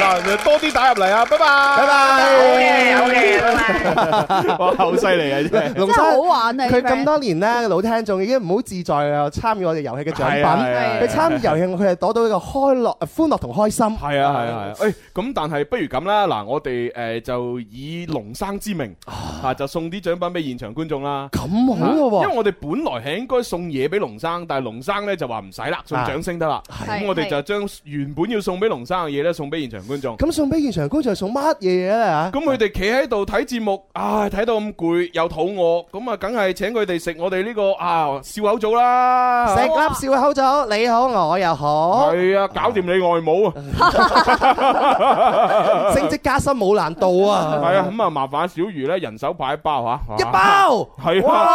嗱，多啲打入嚟啊，拜拜，拜好拜嘅，好嘅，拜拜。哇，好犀利啊， *laughs* 真係。龍真係好玩啊！佢呢個咁多年咧，老聽眾已經唔好自在啊，參與我哋遊戲嘅獎係啊係啊品。佢參與遊戲，佢係攞到一個開樂、歡樂同開心。系啊系啊哦系，诶咁但係不如咁啦，嗱我哋诶就以龍生之名吓就送啲獎品俾現場觀眾啦。咁啊好啊因為咯我哋本來係應該送嘢俾龍生，但係龍生咧就話唔使啦，啊送掌聲得啦。係咁我哋就將原本要送俾龍生嘅嘢咧送俾現場觀眾。喎。咁送俾現場觀眾係送乜嘢嘢咧啊嚇？咁佢哋企喺度睇節目，唉，睇到咁攰又肚餓，咁啊，梗係請佢哋食我哋呢個啊笑口棗啦。食哦粒笑口棗，你好我又好，係啊，搞掂你外母啊！升職加薪冇難度啊！啊係啊，咁啊，麻煩小魚咧，人手派一包吓，一包，係啊，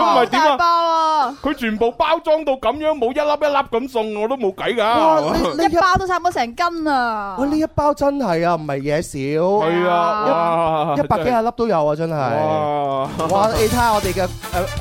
咁哇！咪好 Dạ 點啊大包啊！佢全部包裝到咁樣，冇一粒一粒咁送，我都冇計哇㗎。呢一包都差唔多成斤 à. 啊！喂，呢一包真係啊，唔係嘢少，係啊，一百幾啊，廿粒都有啊，真係。哇！哇！你睇下我哋嘅誒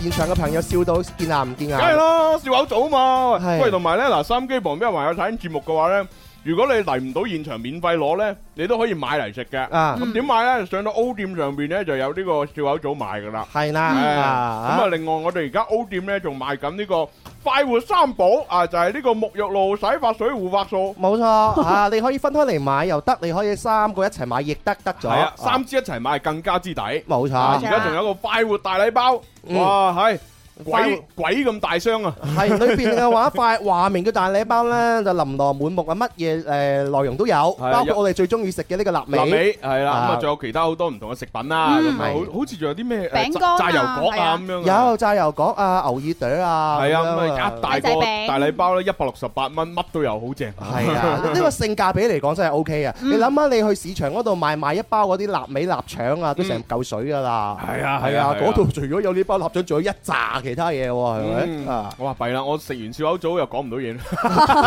現場嘅朋友笑到見牙唔見梗係眼，啦，笑口早嘛。係喂，同埋咧，嗱，收音機旁邊有朋友睇緊節目嘅話咧，如果你嚟唔到現場免費攞咧，你都可以買嚟食嘅。啊咁點買咧？上到 O 店上邊咧就有呢個笑口早賣噶啦。係啦，係啊咁啊，另外我哋而家 O 店咧仲賣緊呢個快活三寶啊，就係呢個沐浴露、洗髮水、護髮素。冇錯啊！你可以分開嚟買又得，你可以三個一齊買亦得，得咗。係啊，三支一齊買更加之抵。冇啊，錯而，家仲有個快活大禮包，哇，係快鬼活鬼咁大箱啊！係裏邊嘅話快話明嘅大禮包咧，就琳琅滿目啊，乜嘢誒內容都有，係包有括我哋最中意食嘅呢個臘臘味。味係啦，咁啊啊仲有其他好多唔同嘅食品啦，咁啊係好好似仲有啲咩餅誒乾啊炸炸油角係啊啊咁樣啊。有炸油角啊、牛耳朵啊，係啊，咁咁樣啊一大雞仔個餅大禮包咧，一百六十八蚊，乜都有，好正。係 *laughs* 啊，呢個性價比嚟講真係 O K 啊！你諗下，你去市場嗰度賣賣一包嗰啲臘味臘腸啊，都成嚿水㗎啦。係啊係係啊，啊係啊嗰度除咗有呢包臘腸，仲有一扎其他嘢喎，係嗯咪啊？我話弊啦，我食完笑口棗又講唔到嘢啦。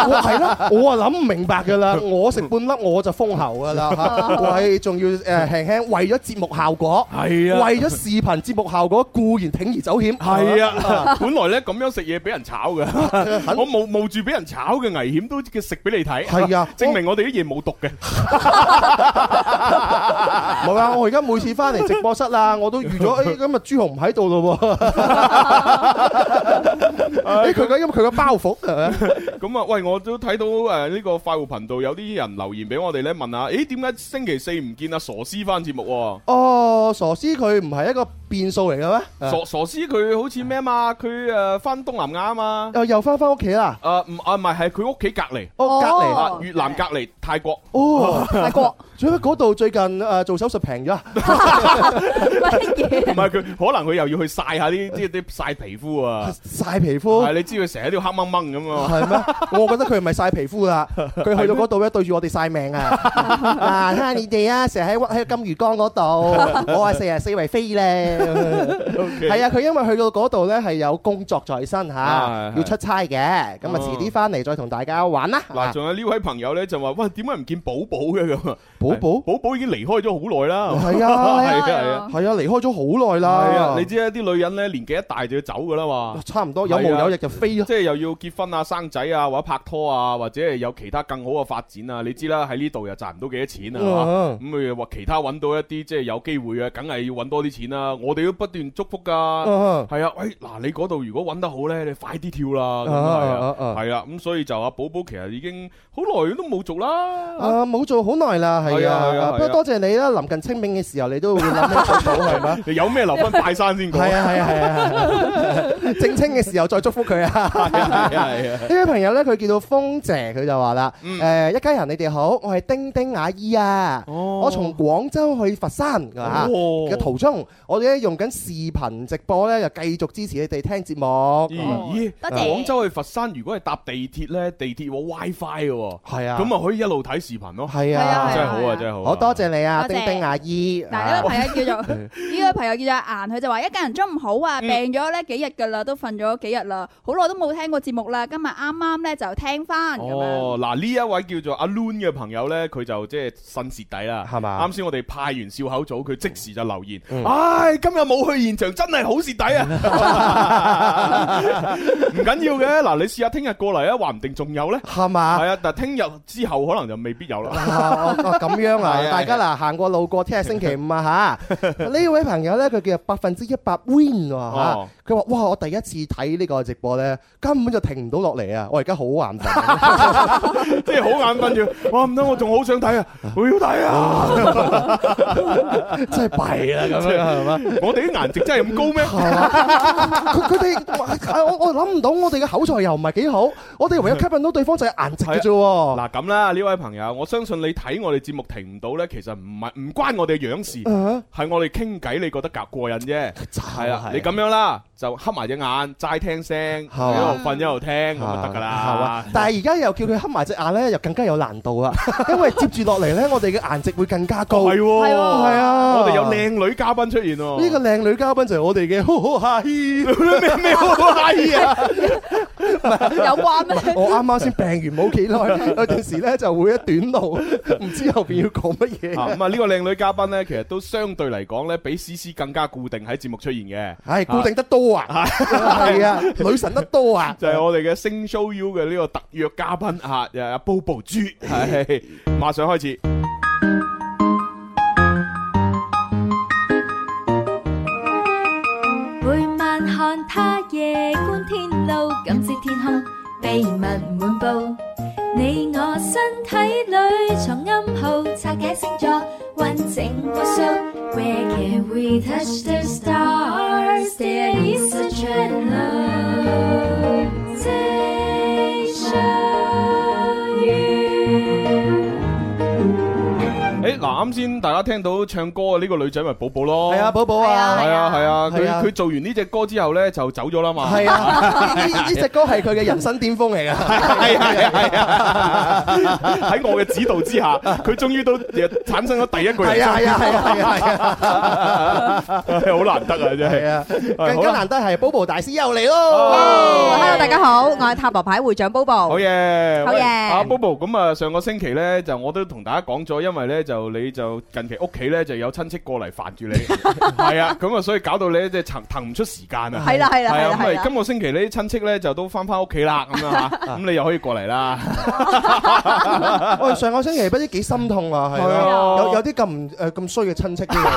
我係咯，我啊諗唔明白㗎啦，我食半粒我就封喉㗎啦，喂，仲要誒輕輕為咗節目效果，係啊為咗視頻節目效果，固然鋌而走險，係啊， *laughs* 本來咧咁樣食嘢俾人炒嘅， *laughs* 我冒冒住俾人炒嘅危險都食俾你睇。係啊 *laughs* 證明我哋啲嘢冇毒嘅。 *laughs* 冇啊！我而家每次翻嚟直播室啦，我都預 *laughs* 咗，誒今日朱紅唔喺度咯喎。誒佢個因為佢個包袱誒 *laughs* 咁啊，喂，我都睇到誒呢個快活頻道有啲人留言俾我哋咧，問下，咦點解星期四唔見阿傻師翻節目喎？哦，傻師佢唔係一個變數嚟嘅咩？傻傻師佢好似咩嘛？佢誒翻東南亞啊嘛？哦又又翻翻屋企啦，誒唔啊唔係係佢屋企隔離哦隔離啊，越南隔離泰國。哦，泰國最乜嗰度最近誒做手術平 *laughs* 咗啊？乜唔係嘢？佢可能佢又要去晒下啲啲啲曬皮膚啊。曬皮膚係。你知佢成日都要黑掹掹咁啊。哦係咩？ *laughs* 我覺得佢唔係曬皮膚 *laughs* 啦，佢去到嗰度咧對住我哋曬命啊！啊，睇下你哋啊，成日喺屈喺金魚缸嗰 *laughs* 度，我係四日四圍飛咧。係啊，佢因為去到嗰度咧係有工作在身係嚇，要出差嘅，咁啊遲啲翻嚟再同大家玩啦。嗱，仲有呢位朋友咧就話：喂，點解唔見寶寶嘅咁啊？寶寶寶寶已經離開咗好耐啦。係啊， *laughs* 係啊係係啊啊係啊，離開咗好耐啦。係啊，你知啊，啲女人咧年紀一大就要走噶啦嘛。差唔多有毛有翼就飛咯。 *laughs* 即係又要結婚啊、生仔啊，或者拍拖啊，或者係有其他更好嘅發展啊。你知啦，喺呢度又賺唔到幾多錢啊，係嘛嗯咁佢又話其他揾到一啲即係有機會啊，梗係要揾多啲錢啦。我哋都不斷祝福噶。嗯係啊，喂，嗱，你嗰度如果揾得好呢，你快啲跳啦，啊啊咁係啊，啊係啊，咁所以就阿寶寶其實已經好耐都冇做啦，啊，冇做好耐啦，係係啊係啊係啊啊，不過多謝你啦，臨近清明嘅時候， *laughs* 你都會諗起做到係咪？你有咩留翻拜山先講。啊係啊係啊係啊係啊，政策清嘅時候再祝福佢啊！呢位朋友咧，佢叫做風姐，佢就話啦：誒一家人你哋好，我係丁丁阿姨啊，哦我從廣州去佛山啊嘅途中，我哋咧用緊視頻直播咧，就繼續支持你哋聽節目。咦，哦多謝廣州去佛山，如果係搭地鐵咧，地鐵有 WiFi 嘅喎，係啊，咁啊可以一路睇視頻咯，係係啊啊真，係好啊，真係好啊。好多謝你啊，多謝丁丁阿姨。嗱，呢位朋友叫做呢位朋友叫做 à, 阿顏，佢就話一家人中午好啊，嗯病咗咧幾日噶啦，都瞓咗幾日啦，好耐都冇聽過節目啦，今日啱啱咧就聽翻咁樣。哦，嗱呢一位叫做阿 Loon 嘅朋友呢，佢就即係新蝕底啦，啊係嘛啱先我哋派完笑口組，佢即時就留言，嗯唉，今日冇去現場，真係好蝕底 *laughs* 啊！唔緊要嘅，嗱，你試下聽日過嚟啊，話唔定仲有呢。係嘛係？啊，但聽日之後可能就未必有啦。哦哦咁樣係啊啊！大家嗱，行過路過，聽日星期五啊嚇！ *laughs* 呢位朋友咧，佢叫百分之一百 win 喎哦嚇佢話：哇！我第一次睇呢個直播咧，根本就停唔到落嚟啊！我而家好眼 *laughs* 瞓，啊即係好眼瞓住，哇唔得，我仲好想睇啊，我要睇哦啊！真係弊啦咁樣係嘛？我哋啲顏值真係咁高 *laughs* 咩？係嘛 *laughs* 佢佢哋哇我我諗唔到，我哋嘅口才又唔係幾好，我哋唯有吸引到對方就係顏值嘅啫喎。嗱咁啦，呢位朋友，我相信你睇我哋節目停唔到呢，其實唔係唔關我哋樣事，嗯係我哋傾偈，你覺得夾過癮啫。係啦，係你咁樣啦，就黑埋隻眼，齋聽聲，一係嘛路瞓一路聽咁就得㗎啊係嘛啦。但係而家又叫佢黑埋隻眼咧，又更加有難度啦，因為接住落嚟咧，我哋嘅顏值會更加高。哦係喎，係喎係啊，我哋有靚女嘉賓出現喎。呢個靚女嘉賓就係啊我哋嘅好好哈希。咩咩好閪啊！有關咩？我啱啱先病完冇幾耐，有陣時咧就會一短路，唔知後邊要講乜啊嘢。咁啊，呢個靚女嘉賓呢，其實都相對嚟講呢，比思思更加固定喺節目出現嘅。唉，固定得多啊，係啊，女神得多啊，就係我哋嘅星 show U 嘅呢個特約嘉賓啊，誒阿 Bobo 豬，係馬上開始。每晚看他夜觀天路，感知天空秘密滿布。你我身體裏藏暗號，拆解星座，完整無數。Where can we touch the stars? There is a 誒 channel. 嗱，啱先大家聽到唱歌嘅呢個女仔咪寶寶咯，係啊，寶寶啊，係啊，係啊，係啊佢佢做完呢只歌之後呢，就走咗啦嘛，係啊，呢呢呢隻歌係佢嘅人生巔峰嚟 *laughs* 㗎。係啊，係啊，係啊，喺我嘅指導之下，佢終於都誒產生咗第一個人係啊，係 *laughs* 啊，係啊，係啊，係啊。生，好難得啊，真係係。啊，更好加啦難得係 Bobo 大師又嚟咯。 Hello，大家好，我係塔羅牌會長 Bobo。 *laughs* 好嘢，好喂嘢阿 Bobo，咁啊，上個星期呢，就我都同大家講咗，因為呢，就你就近期屋企呢，就有親戚過嚟煩住你， *laughs* 係啊，咁啊，所以搞到你即係騰騰唔出時間啊。係啦係係啦係啊，啦係咁啊，啦今個星期呢啲親戚呢，就都翻翻屋企啦，咁 *laughs* 啊，咁你又可以過嚟 *laughs* 啦。我哋上個星期不知幾心痛啊，係係啊，啊有有啲咁唔誒咁衰嘅親戚添啊。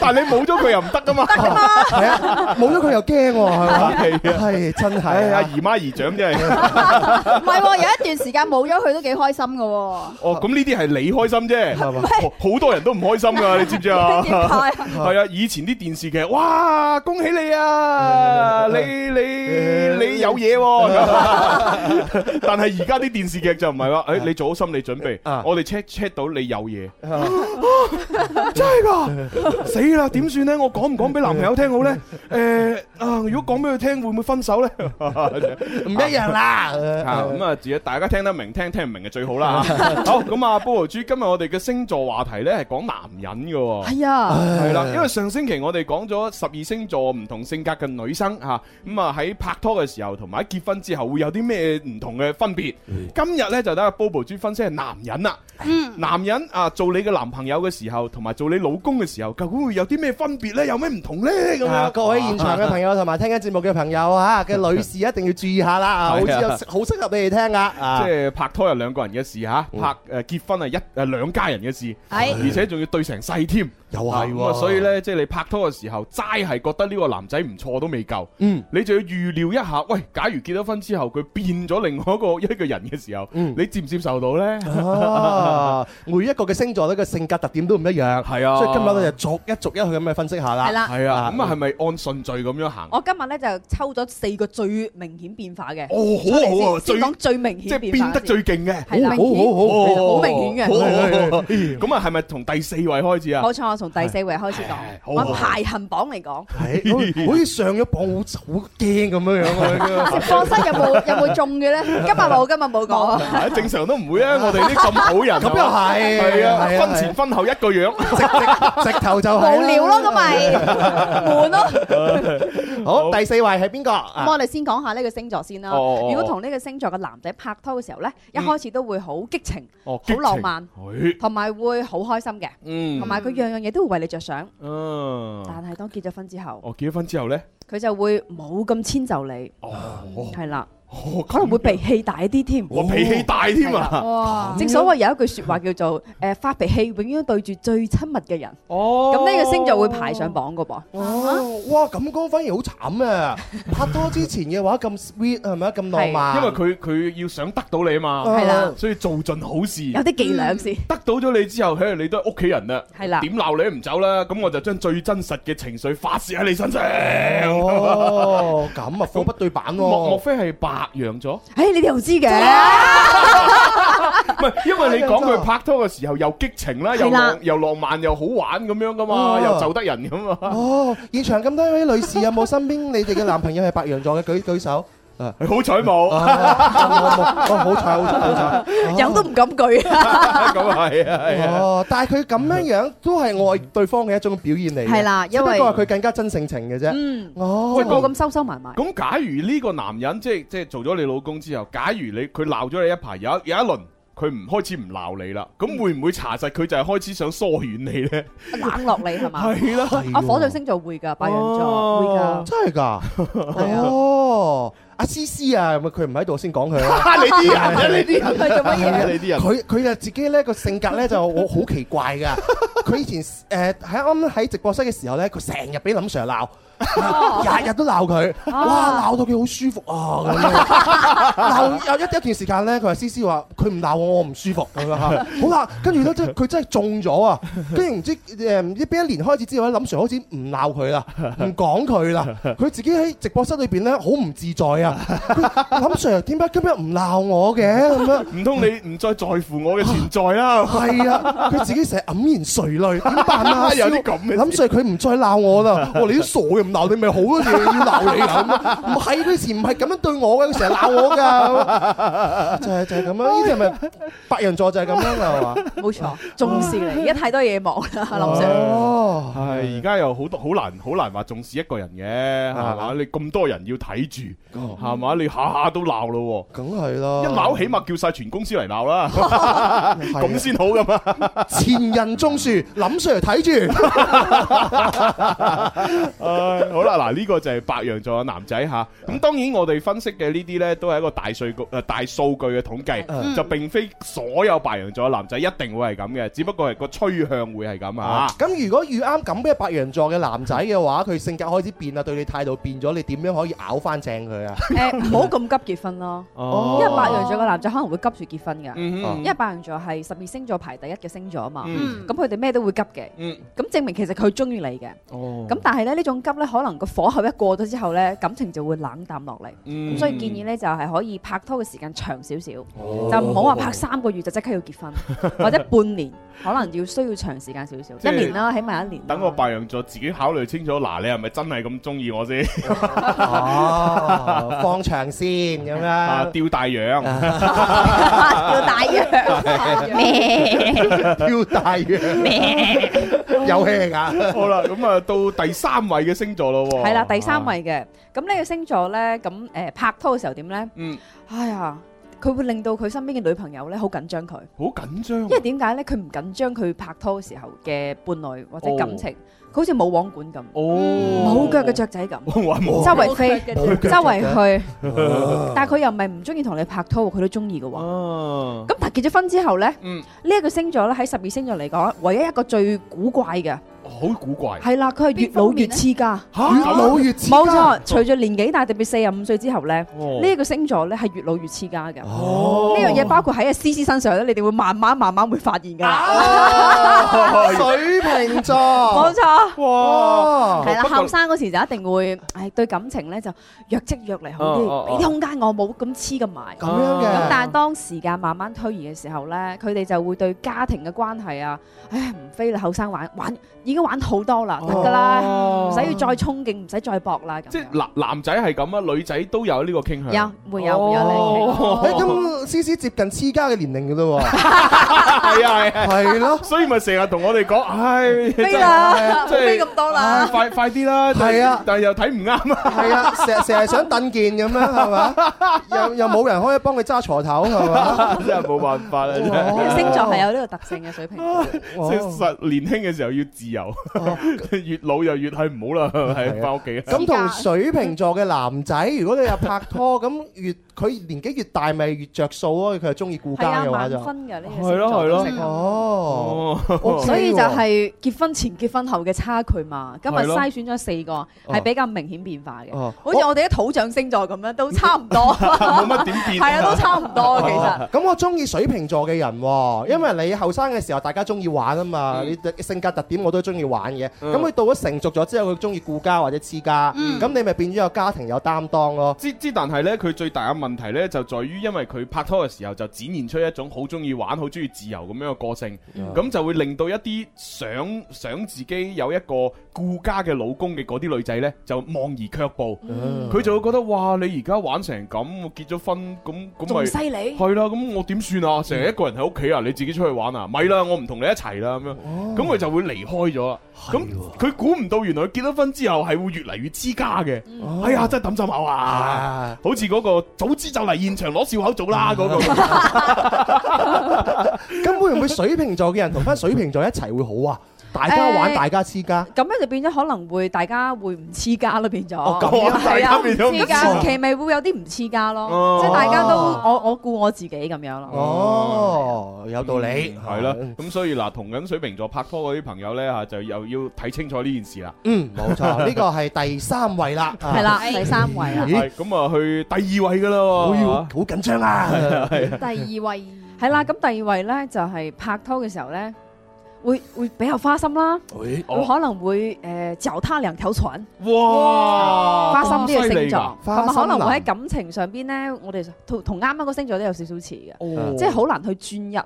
但係你冇咗佢又唔得噶嘛。係啊，冇咗佢又驚喎，係嘛？係真唉係阿啊！姨媽姨丈真係，唔係喎，有一段時間冇咗佢都幾開心噶喎。哦，咁呢啲係你開心啫，係嘛好好多人都唔開心噶，你知唔知啊？點解？係啊，以前啲電視劇，哇，恭喜你 *laughs* 啊，你你你有嘢 *laughs* 喎！但係而家啲電視劇就唔係啦，誒，你做好心理準備啊，我哋 check check 到你有嘢，啊真係 *laughs* 㗎，死啦！點算呢？我講唔講俾男朋友聽好呢？誒啊，如果講俾佢聽，會唔會分手 *laughs* 呢？唔一樣啦。啊，咁啊，自己大家聽得明，聽聽唔明就最好啦。好，咁啊，Bobo 豬，今日我哋嘅星座話題呢係講男人嘅喎。係 à. 啊，系啦，因為上星期我哋講咗十二星座唔同性格嘅女生吓，咁啊喺拍拖嘅時候同埋喺結婚之後會有啲咩唔同嘅分別。今日呢，就等阿 Bobo 豬分析係男人啦，男人啊做你嘅男朋友嘅時候，同埋做你老公嘅時候，究竟會有啲咩分別呢？有咩唔同呢？咁啊樣各位現場嘅朋友同埋聽緊節目嘅朋友啊，嘅女士一定要注意下啦，啊好似係有啊好適合你哋聽噶。啊哦即係拍拖係兩個人嘅事吓，拍誒結婚係一誒兩家人嘅事，係而且仲要對成世添。哎又啊係咁啊，喎，所以呢，即係你拍拖嘅時候，齋係覺得呢個男仔唔錯都未夠，嗯，你就要預料一下，喂，假如結咗婚之後佢變咗另外一個一 *laughs* 個人嘅時候，嗯你接唔接受到呢？啊，每一個嘅星座咧嘅性格特點都唔一樣，係啊所以今日咧就逐一逐一去咁樣分析下啦。係啦，係啊，咁啊係咪按順序咁樣行？我今日咧就抽咗四個最明顯變化嘅。哦，好啊好啊，先最講最明即係顯變變化得最勁嘅，哦係啦，明顯好好明顯嘅。好咁啊係咪從第四位開始啊？冇錯，我從第四位開始係好講，啊按排行榜嚟講，係好似好似上咗榜好好驚咁樣樣啊！放室有冇有冇中嘅咧？今日冇，今日冇講。係正常都唔會 *laughs* 啊！我哋啲咁好人，咁又係係啊，係啊婚前婚後一個樣。直直頭就係啦無聊咯，咁咪悶咯。好，第四位係邊個咁啊？我哋先講下呢個星座先啦。哦哦嗯哦如果同呢個星座嘅男仔拍拖嘅時候呢，一開始都會好激情，哦， *laughs* 好浪漫，激情。同埋會好開心嘅，嗯，同埋佢樣樣嘢都會為你着想。嗯，但係當結咗婚之後，我結咗婚之後咧，佢就會冇咁遷就你，哦，係啦，哦可能會脾氣大啲添。我脾氣大添啊！哇！正所謂有一句説話叫做誒發脾氣，永遠對住最親密嘅人。哦，嗯咁呢個星座會排上榜噶噃。哦，哇，咁講反而好慘 *laughs* 啊！拍拖之前嘅話咁 sweet 係咪咁浪漫？因為佢佢要想得到你啊嘛，係啦，所以做盡好事哦有。啲伎倆先。得到咗你之後，嘿，你都係屋企人啦，係啦點鬧你都唔走啦，咁我就將最真實嘅情緒發泄喺你身上。哦，咁啊，貨不對版莫喎。莫非係白羊座？誒，你哋又知嘅，啊唔係，因為你講佢拍拖嘅時候又激情啦，又係啦浪又浪漫又好玩咁樣噶嘛，哦又就得人咁嘛。 *laughs* 哦，現場咁多位女士有冇身邊你哋嘅男朋友係白羊座嘅？舉舉手。好彩冇， *laughs* 哦，好彩，好彩，好彩。有都唔敢舉啊。咁啊係啊係啊，哦，但係佢咁樣樣都係愛對方嘅一種表現嚟嘅。係啦因為只不過係佢更加真性情嘅啫。 *laughs* 嗯，哦即係，冇咁收收埋埋。咁假如呢個男人即係即係做咗你老公之後，假如你佢鬧咗你一排，有一有一輪佢唔開始唔鬧你啦，咁會唔會查實佢就係開始想疏遠你呢？冷落你係嘛？係啦，係喎啊，火象星座會㗎，白羊座嗯會哦㗎，真係 *laughs* 㗎。係啊。哦，阿思思啊，咪佢唔喺度先講佢啊。你啲人 *laughs* 啊，你啲人佢做乜嘢？啊 *laughs* 你啲人，佢佢就自己咧個性格咧就我好奇怪 *laughs* 㗎。佢以前誒喺啱啱喺直播室嘅時候咧，佢成日俾林 Sir 鬧，日日都鬧佢，哇鬧到佢好舒服啊咁樣。鬧有一一段時間咧，佢話思思話佢唔鬧我，我唔舒服咁樣嚇。好啦，跟住咧 *laughs* 即係佢真係中咗啊！跟住唔知誒唔知邊一年開始之後咧，林 Sir 開始唔鬧佢 *laughs* 啦，唔講佢啦，佢自己喺直播室裏邊咧好唔自在啊！ *laughs* 佢林 Sir 點解今日唔鬧我嘅咁樣？唔通你唔再在乎我嘅存在啦？係啊，佢自己成日黯然垂 *laughs* 淚，點辦啊？有蕭啲咁嘅事諗住佢唔再鬧我啦。我話你都傻嘅，唔鬧你咪好咯，你要鬧你啊咁。唔係佢以前唔係咁樣對我嘅，佢成日鬧我㗎。 *laughs* 就係就係咁樣，呢啲係咪白羊座就係咁樣啦，係嘛？冇錯，重視哦你。而家太多嘢忙啦， *laughs* 林 Sir。哦，係而家又好多好難好難話重視一個人嘅，係嘛？你咁多人要睇住，係嘛？你下下都鬧咯梗係喎，一啦，鬧起碼叫晒全公司嚟鬧 *laughs* 啦，係啊咁先好噶嘛。前人種樹，林 Sir 睇住。唉好啦，嗱呢個就係白羊座嘅男仔吓。啊咁當然我哋分析嘅呢啲呢，都係一個大數據誒大數據嘅統計，就並非所有白羊座嘅男仔一定會係咁嘅，只不過係個趨向會係咁啊。咁如果遇啱咁嘅白羊座嘅男仔嘅話，佢性格開始變啦，對你態度變咗，你點樣可以咬翻正佢啊？誒，唔好咁急結婚咯，因為白羊座嘅男仔可能會急住結婚㗎，哦嗯因哼為白羊座係十二星座排第一嘅星座啊嘛。嗯咁佢哋咩都會急嘅，嗯咁證明其實佢中意你嘅。哦咁但係咧呢種急咧，可能個火候一過咗之後咧，感情就會冷淡落嚟。嗯咁所以建議咧就係可以拍拖嘅時間長少少，哦就唔好話拍三個月就即刻要結 *laughs* 婚，或者半年，可能要需要長時間少少，即係一年啦，起碼一年啦。等個白羊座自己考慮清楚，嗱，你係咪真係咁中意我先？哦，放長線咁啊，樣，吊大羊， *laughs* 要大 *laughs* 約咩？挑大嘅，有氣㗎。好啦，咁啊到第三位嘅星座咯喎， *laughs* 啊係啦，第哦三位嘅。咁呢個星座咧，咁誒拍拖嘅時候點咧？嗯，哎呀，佢會令到佢身邊嘅女朋友咧好緊張佢。好緊張因為點解咧？佢唔緊張佢拍拖嘅時候嘅伴侶或者感情，佢好似冇網管咁， *laughs* 哦，冇腳嘅雀仔咁，我話哦冇周圍飛，周圍去。但係但佢又唔係唔中意同你拍拖喎，佢都中意嘅喎。哦，咁但係結咗婚之後咧，呢嗯一個星座咧喺十二星座嚟講，唯一一個最古怪嘅，好古怪。係啦，佢係越老越黐家，嚇越老越黐家冇錯，隨住年紀大，特別四十五歲之後咧，哦呢一個星座咧係越老越黐家嘅。哦呢樣嘢包括喺阿思思身上咧，你哋會慢慢慢慢會發現㗎啊啦。哦水瓶座冇錯。哇係啦，哦不過後生嗰時就一定會，唉，對感情咧就若即若離好哦哦啲，哦俾啲空間我冇咁黐咁埋。咁樣嘅啊咁但係當時間慢慢推移嘅時候咧，佢哋就會對家庭嘅關係啊，唉，唔非啦，後生玩玩已經玩好多哦啦，得㗎啦，唔使要再憧憬，唔使再搏啦。咁即係男男仔係咁啊，女仔都有呢個傾向。有會有會有呢個傾向哦誒咁思思接近黐家嘅年齡嘅咯喎。係啊係啊係咯，所以咪成日同我哋講，唉，飛啦真係啊唔好飛咁多啦唉快快啲啦，係啊但係又睇唔啱啊，係啊，成成日想蹬件咁樣係嘛？又又冇人可以幫佢揸鋤頭係嘛？真係冇辦法啦，真呢個係星座係有呢個特性嘅水平。哦即係實年輕嘅時候要自由，越老又越係唔好啦，係翻屋企啊。咁同水瓶座嘅男仔，如果你又拍拖，咁越佢年紀越大，咪越着數咯。佢係中意顧係家啊，嘅話晚就婚嘅呢個係星咯座係咯都適合哦，OK 喎所以就係結婚前結婚後嘅差距嘛。今日係咯篩選咗四個係比較明顯變化嘅，哦好似我哋啲土象星座咁樣都差唔多，冇乜點變係啊，都差唔多其實。咁我中意水瓶座嘅人喎，因為你後生嘅時候大家中意玩啊嘛，你嘅性格特點我都中意玩嘅。咁佢到咗成熟咗之後，佢中意顧家或者黐家，咁你咪變咗有家庭有擔當咯。之之，但係咧，佢最大嘅問題咧，就在於因為佢拍拖嘅時候就展現出一種好中意玩、好中意自由咁樣嘅個性，嗯咁、就會令到一啲想想自己有一個顧家嘅老公嘅嗰啲女仔咧，就望而卻步。嗯佢、就會覺得哇，你而家玩成咁，我結咗婚咁咁咪仲犀利係啦，咁我點算嗯啊？成日一個人喺屋企啊，你自己出去玩啊？咪啦，我唔同你一齊啦咁樣，哦咁佢、就會離開咗啦。咁佢估唔到，原來佢結咗婚之後係會越嚟越之家嘅。嗯哎呀，真係抌心口啊！好似嗰個早知就嚟現場攞笑口組嗯啦嗰 *laughs* 個。咁會唔會水瓶座嘅人同翻水瓶座一齊會好啊？大家玩，誒大家黐家。咁樣就變咗可能會大家會唔黐家咯，變咗。哦咁樣大係家哦啊，變咗唔唔黐黐家，期咪會有啲唔黐家哦咯，即係大家都我我顧我自己咁樣咯。哦，有道理，嗯係啦。咁所以嗱，同緊水瓶座拍拖嗰啲朋友呢，嚇，就又要睇清楚呢件事啦。嗯，冇 *laughs* 錯，呢個係第三位啦。係啦，第三位啦。係咁啊，去第二位噶啦哎喎，呦好緊張啊係啊係啊 *laughs* 第二位係啦，咁第二位咧就係拍拖嘅時候咧，會會比較花心啦，會哦可能會誒腳他兩條船，哇花心呢哦咁個星座，犀利㗎咁啊可花心男能會喺感情上邊咧，我哋同同啱啱個星座都有少少似哦嗯嘅，即係好難去專一，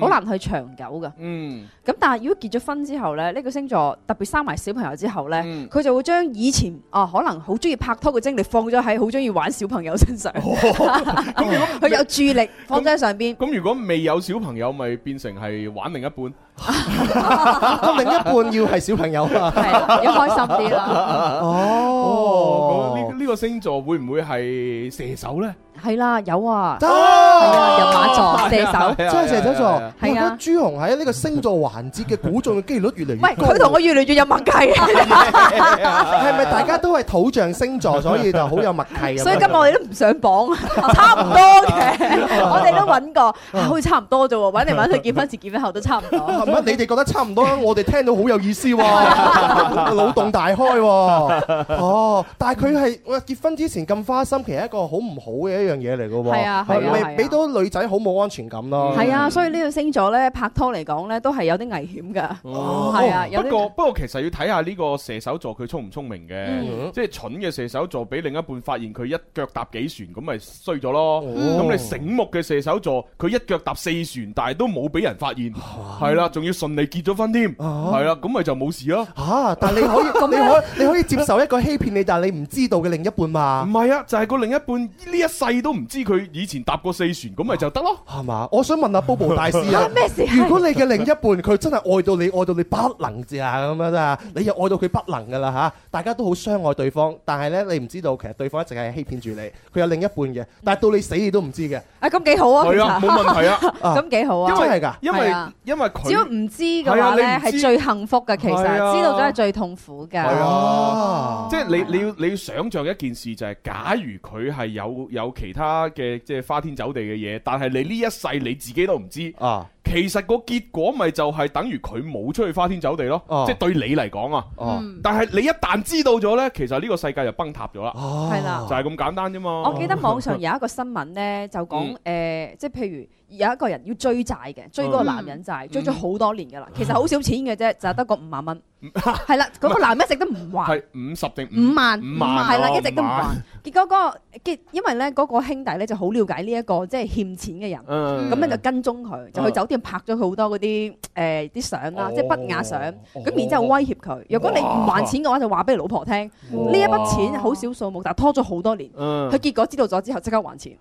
好難去長久嘅。嗯，咁但係如果結咗婚之後咧，呢、個星座特別生埋小朋友之後咧，嗯佢、就會將以前啊可能好中意拍拖嘅精力放咗喺好中意玩小朋友身上， *laughs* 佢有注意力放咗喺上邊。咁如果未有小朋友，咪變成係玩另一半。咁另一半要係小朋友啊， *laughs* 要開心啲啦哦，咁呢呢個星座會唔會係射手呢？係啦，有啊，得係啊，人馬座射手，真係射手座。我覺係得啊。朱紅喺呢個星座環節嘅估中嘅機率越嚟喂，啊越高。 *laughs* 佢同我越嚟越有默契，係咪大家都係土象星座，所以就好有默契咁樣？ *laughs* 所以今日我哋都唔上榜，啊 *laughs* 差唔多嘅， *laughs* 我哋都揾過，啊好似差唔多啫喎，揾嚟揾去結婚前結婚後都差唔多。係咪你哋覺得差唔多， *laughs* 我哋聽到好有意思喎，腦洞大開喎。哦，但係佢係喂結婚之前咁花心，其實係一個好唔好嘅一樣嘢嚟嘅喎。係啊係啊係咪啊俾到女仔好冇安全感咯。係啊，所以呢個星座咧拍拖嚟講咧都係有啲危險㗎，哦係啊，有不過啲不過其實要睇下呢個射手座佢聰唔聰明嘅，嗯即係蠢嘅射手座俾另一半發現佢一腳踏幾船，咁咪衰咗咯。哦咁你醒目嘅射手座，佢一腳踏四船，但係都冇俾人發 *laughs* 現，啊係啦，仲要順利結咗婚添，係啦，咁咪就冇事咯。嚇！但係你可以，你可你可以接受一個欺騙你，但係你唔知道嘅另一半嘛唔？係啊，就係個另一半呢一世都唔知佢以前搭過四船，咁咪就得咯。係嘛？我想問下 Bobo 大師 *laughs* 啊嚇咩事，啊如果你嘅另一半佢真係愛到你，愛到你不能自啊咁樣啊，你又愛到佢不能噶啦嚇，大家都好相愛對方，但係呢，你唔知道其實對方一直係欺騙住你，佢有另一半嘅，但係到你死你都唔知嘅，啊咁幾好啊，係啊其實冇問題啊咁幾好啊，因為真係㗎因為係啊因為佢只要唔知嘅係啊話你咧唔知係最幸福嘅，其實係啊知道咗係最痛苦㗎。係哦啊，即係你你要你要想象一件事就係，假如佢係有有其他嘅即係花天酒地嘅嘢，但係你呢一世你自己都唔知啊，其實個結果咪就係等於佢冇出去花天酒地咯，即係對你嚟講啊。哦嗯但係你一旦知道咗呢，其實呢個世界就崩塌咗啦。啊係哦啦就係咁簡單啫嘛。我記得網上有一個新聞咧，就講誒嗯、呃即係譬如有一個人要追債嘅，追嗰嗯個男人債，追咗好多年㗎啦。其實好少錢嘅啫，就係得個五萬蚊。嗯係啦，嗰個男人一直都唔還。係五十定啊五萬，五萬係啦，哦一直都唔還。結果嗰個結，因為咧嗰個兄弟咧就好了解呢一個即係欠錢嘅嗯人，咁咧就跟蹤佢，就去酒店拍咗佢好多嗰啲誒啲相啊啦，即係不雅相。咁然之後威脅佢，如果你唔還錢嘅話，就話俾你老婆聽。呢一筆錢好少數目，但係拖咗好多年。嗯佢結果知道咗之後，即刻還錢。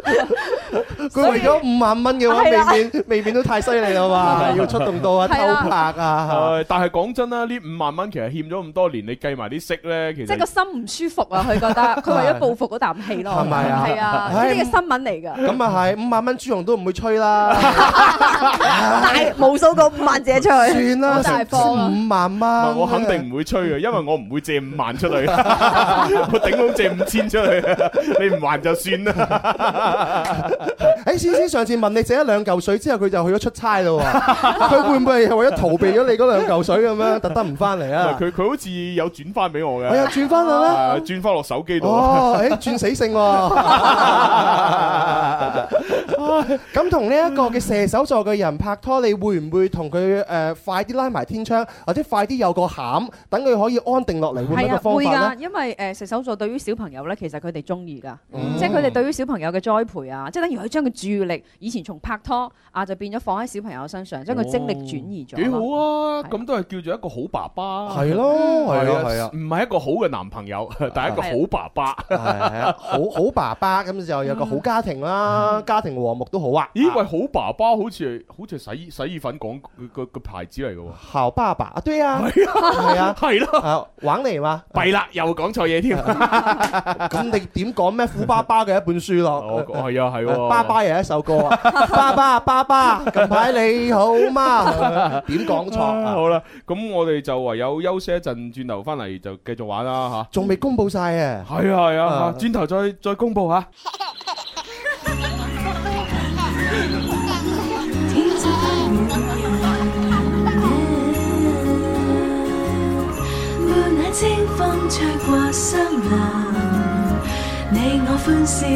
佢為咗五萬蚊嘅話，係啦未免未免都太犀利啦 *laughs* 嘛，要出動到啊偷係啦拍啊，誒但係講真啦，呢五萬蚊其實欠咗咁多年，你計埋啲息呢，其即係個實心唔舒服啊！佢覺得佢為咗報復嗰啖氣咯，係咪啊係啊，唉呢啲嘅新聞嚟㗎。咁啊係五萬蚊朱紅都唔會吹啦，但係無數個五萬借出去，算啦，好大方啊！五萬唔係蚊，我肯定唔會吹嘅，因為我唔會借五 *laughs* 萬出去，我頂好借五千出 *laughs* 去，你唔還就算啦。誒哎先先上次問你借一兩嚿水之後，佢就去咗出差咯 *laughs* 喎，佢會唔會係為咗逃避咗你嗰兩嚿水咁樣，特登唔翻嚟唔啊 *laughs* 係？佢佢好似有轉翻俾我我又嘅，轉翻啦咩？誒轉翻落手機度。哦，誒轉死性喎！ *laughs* 咁同呢一個嘅射手座嘅人拍拖，你會唔會同佢誒快啲拉埋天窗，或者快啲有個餡，等佢可以安定落嚟，會唔會一係個啊，方會法㗎，咧？因為誒射手座對於小朋友咧，其實佢哋中意㗎，嗯即係佢哋對於小朋友嘅栽培啊，即係等於佢將佢注意力以前從拍拖啊，就變咗放喺小朋友身上，將佢精力轉移咗。幾好啊！係咁都係叫做一個好爸爸。係咯，係啊，係啊。唔係一個好嘅男 *laughs* 朋友， *laughs* 但係一個好爸爸。係啊，好好爸爸咁就有個好家庭啦，家庭和睦都好啊。咦喂，好爸爸好似係好似係洗衣洗衣粉廣個個個牌子嚟嘅好爸爸啊，對啊，哎係啊，喎，係咯，啊，玩嚟嘛，弊啦，又講錯嘢添。啊咁你點講咩虎爸爸嘅一本書 *laughs* 哦咯？係啊，係喎，爸爸又一首歌啊， *laughs* 爸爸爸爸，近排你好嗎？ *laughs* 點講錯啊啊？ *laughs* 好啦，咁我哋就唯有休息一陣，轉頭翻嚟就繼續玩啦仲未公佈晒啊！吓。係啊係啊啊，轉頭再再公佈吓。妙那清風吹過森林，你我歡笑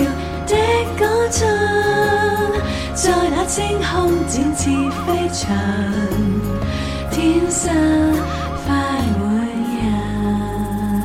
的歌唱，在那青空展翅飛翔，天生快活人。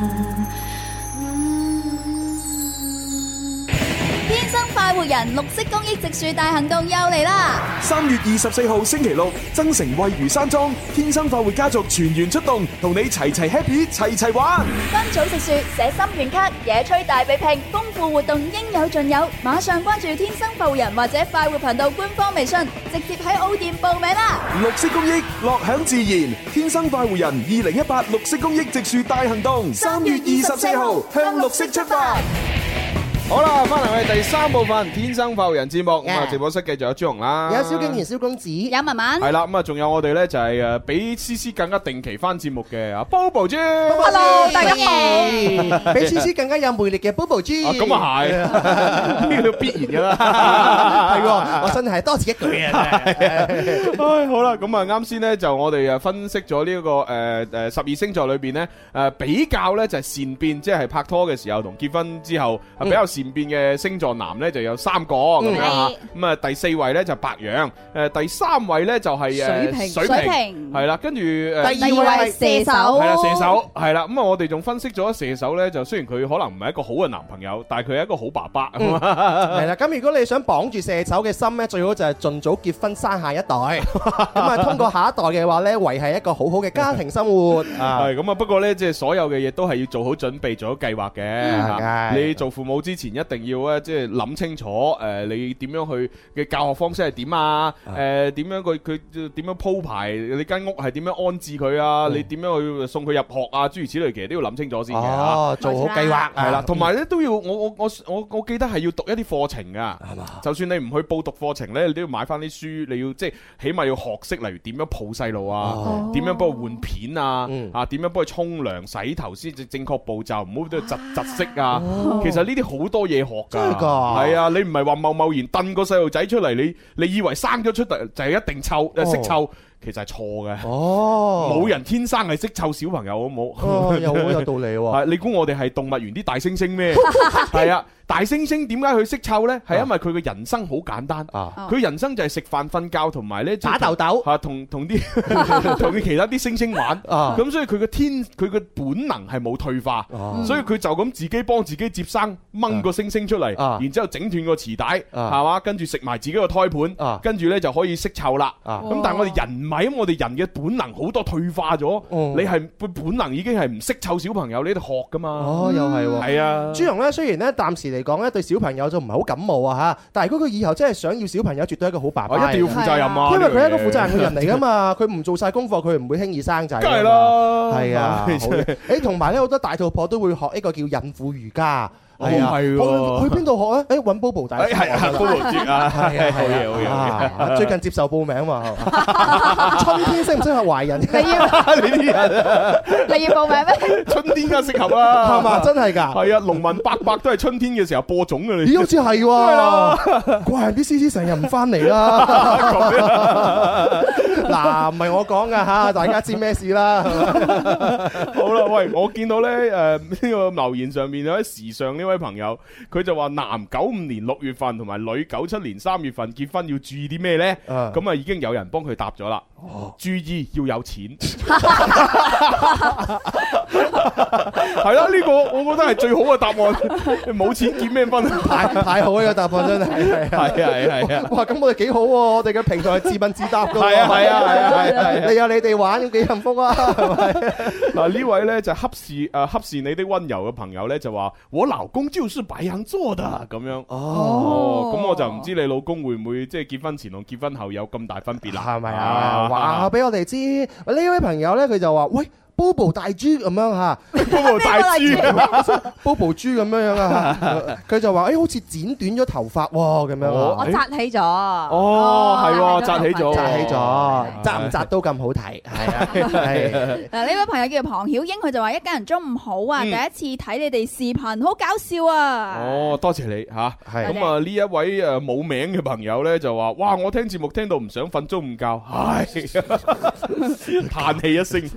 天生快活人綠色公益植樹大行動又嚟啦！三月二十四號星期六，增城惠如山莊天生快活家族全員出動，同你齊齊 happy，齊齊玩。分組植樹、寫心願卡、野炊大比拼，豐富活動應有盡有。馬上關注天生快活人或者快活頻道官方微信，直接喺澳店報名啦！綠色公益，樂享自然。天生快活人二零一八綠色公益植樹大行動，三月二十四號向綠色出發。好啦，翻嚟我哋第三部分《天生快活人》節目，咁啊，直播室繼續有朱紅啦，有蕭敬仁、蕭公子，啊有文文系，啦，咁啊，仲有我哋咧就係诶，比思思更加定期翻節目嘅啊，Bobo 豬 Hello，大家 *laughs* 好比 C C 更加有魅力嘅 Bobo G，啊，咁啊係， *laughs* 呢個必然噶 *laughs* 啦，係喎，我真係多此一舉啊！真係 *laughs* 唉，好啦，咁啊，啱先咧就我哋啊分析咗呢一個诶诶十二星座裏边咧诶比較咧就係善變，即係拍拖嘅時候同結婚之後啊比較善變嘅星座男咧就有三個咁樣吓係，咁啊第四位咧就白羊，诶第三位咧就係水诶瓶水水瓶，瓶，係啦，跟住诶。第二位射手，系啦，射手系啦，咁啊，我哋仲分析咗射手咧，就雖然佢可能唔係一個好嘅男朋友，但係佢係一個好爸爸。啊 *laughs* 係啦，咁如果你想綁住射手嘅心咧，最好就係盡早結婚生下一代， *laughs* 咁啊通過下一代嘅話咧，維係一個好好嘅家庭生活啊！係咁啊，不過咧，即係所有嘅嘢都係要做好準備，做好計劃嘅。嗯梗嚇係你做父母之前一定要呃咧，即係諗清楚，诶，你點樣去嘅教學方式係點啊？诶，點樣佢佢點樣鋪排？你間屋係點樣安置佢啊？你點樣去送佢入學啊？諸如此類，其實都要諗清楚先嘅。嚇嗯哦做好計劃啊系啦，同埋咧都要我我我我我記得係要讀一啲課程噶，就算你唔去報讀課程咧，你都要買翻啲書，你要即係起碼要學識，例如點樣抱細路啊哦，嗯點樣幫佢換片啊，啊點樣幫佢沖涼、洗頭先至正確步驟，唔好都窒窒息啊哦。其實呢啲好多嘢學㗎，真係㗎係啊，你唔係話貿貿然燉個細路仔出嚟，你你以為生咗出嚟就係一定哦臭，誒識臭。其實係錯嘅，冇人天生係識湊小朋友，好冇？哦又好有道理喎 *laughs* 係你估我哋係動物園啲大猩猩咩？係啊，大猩猩點解佢識湊呢？係因為佢嘅人生好簡單，佢人生就係食飯、瞓覺同埋呢打豆豆，嚇同同啲同啲其 *laughs* 他啲猩猩玩。啊咁所以佢嘅天佢嘅本能係冇退化，哦所以佢就咁自己幫自己接生，掹個猩猩出嚟，啊然之後整斷個臍帶，啊係嘛？跟住食埋自己個胎盤，跟住呢就可以識湊啦。啊咁但係我哋人唔係，因為我哋人嘅本能好多退化咗，哦你係本本能已經係唔識湊小朋友，你喺度學噶嘛。哦，又係喎，係啊。朱紅咧，雖然咧暫時嚟講咧對小朋友就唔係好感冒啊嚇，但係如果佢以後真係想要小朋友，絕對係一個好爸爸嚟啊嘅，一定要負責任啊因為佢係一個呢樣嘢負責任嘅人嚟噶 *laughs* 嘛，佢唔做晒功課，佢唔會輕易生仔㗎嘛。梗係 *laughs* 啦啊係啊，真係好嘅誒，同埋咧好多大肚婆都會學一個叫孕婦瑜伽。係啊哦係喎我去邊度學啊咧？誒，揾 Bobo 大師誒 *laughs* 係啊學㗎啦 Bobo 節啊係啊，好嘢好嘢好啊嘢最近接受報名 *laughs* 嘛，春天適唔適合懷孕？你 *laughs* 啊要你啲人，啊你要報名咩？春天梗係適合啦，係嘛真係㗎係啊，農民伯伯都係春天嘅時候播種嘅你。咦，好似係啊喎，怪啲 C C 成日唔翻嚟 *laughs* 啊啦。嗱，唔係我講噶吓，大家知咩事啦。好啦，喂，我見到咧誒呢個留言上面有位時尚呢位朋友，佢就話男九五年六月份同埋女九七年三月份結婚要注意啲咩呢？啊哦咁啊已經有人幫佢答咗啦。注意要有錢，係啦，呢個我覺得係最好嘅答案。冇錢結咩婚？太太好啊呢個答案真係，係啊係啊係啊 *laughs* 哇，咁我哋幾好喎，我哋嘅平台係自問自答噶。係啊係啊係啊 *laughs* 係啊係啊你有你哋玩，咁幾幸福啊！嗱呢位咧就恰是誒恰是你的温柔嘅朋友咧就話：我老公就是白羊座的咁樣。哦，咁我就唔知你老公會唔會即係結婚前同結婚後有咁大分別啦？係咪啊話 *laughs* 俾我哋知，呢位朋友咧，佢就話：喂，Bobo 大豬咁樣吓 Bobo 大啊豬，Bobo 豬咁樣樣 *laughs* 啊！佢就話：誒，好似剪短咗頭髮喎，咁樣啊我扎起咗。哦係喎扎紮起紮咗起哦咗，紮唔係紮都咁好睇，係 *laughs* 啊，係。嗱，呢位朋友叫做龐曉英，佢就話一家人中午好啊，嗯第一次睇你哋視頻，好搞笑啊！哦，多謝你吓，係咁啊呢一位誒冇名嘅朋友咧就話：哇，我聽節目聽到唔想瞓中午覺， *laughs* 唉，嘆氣一聲，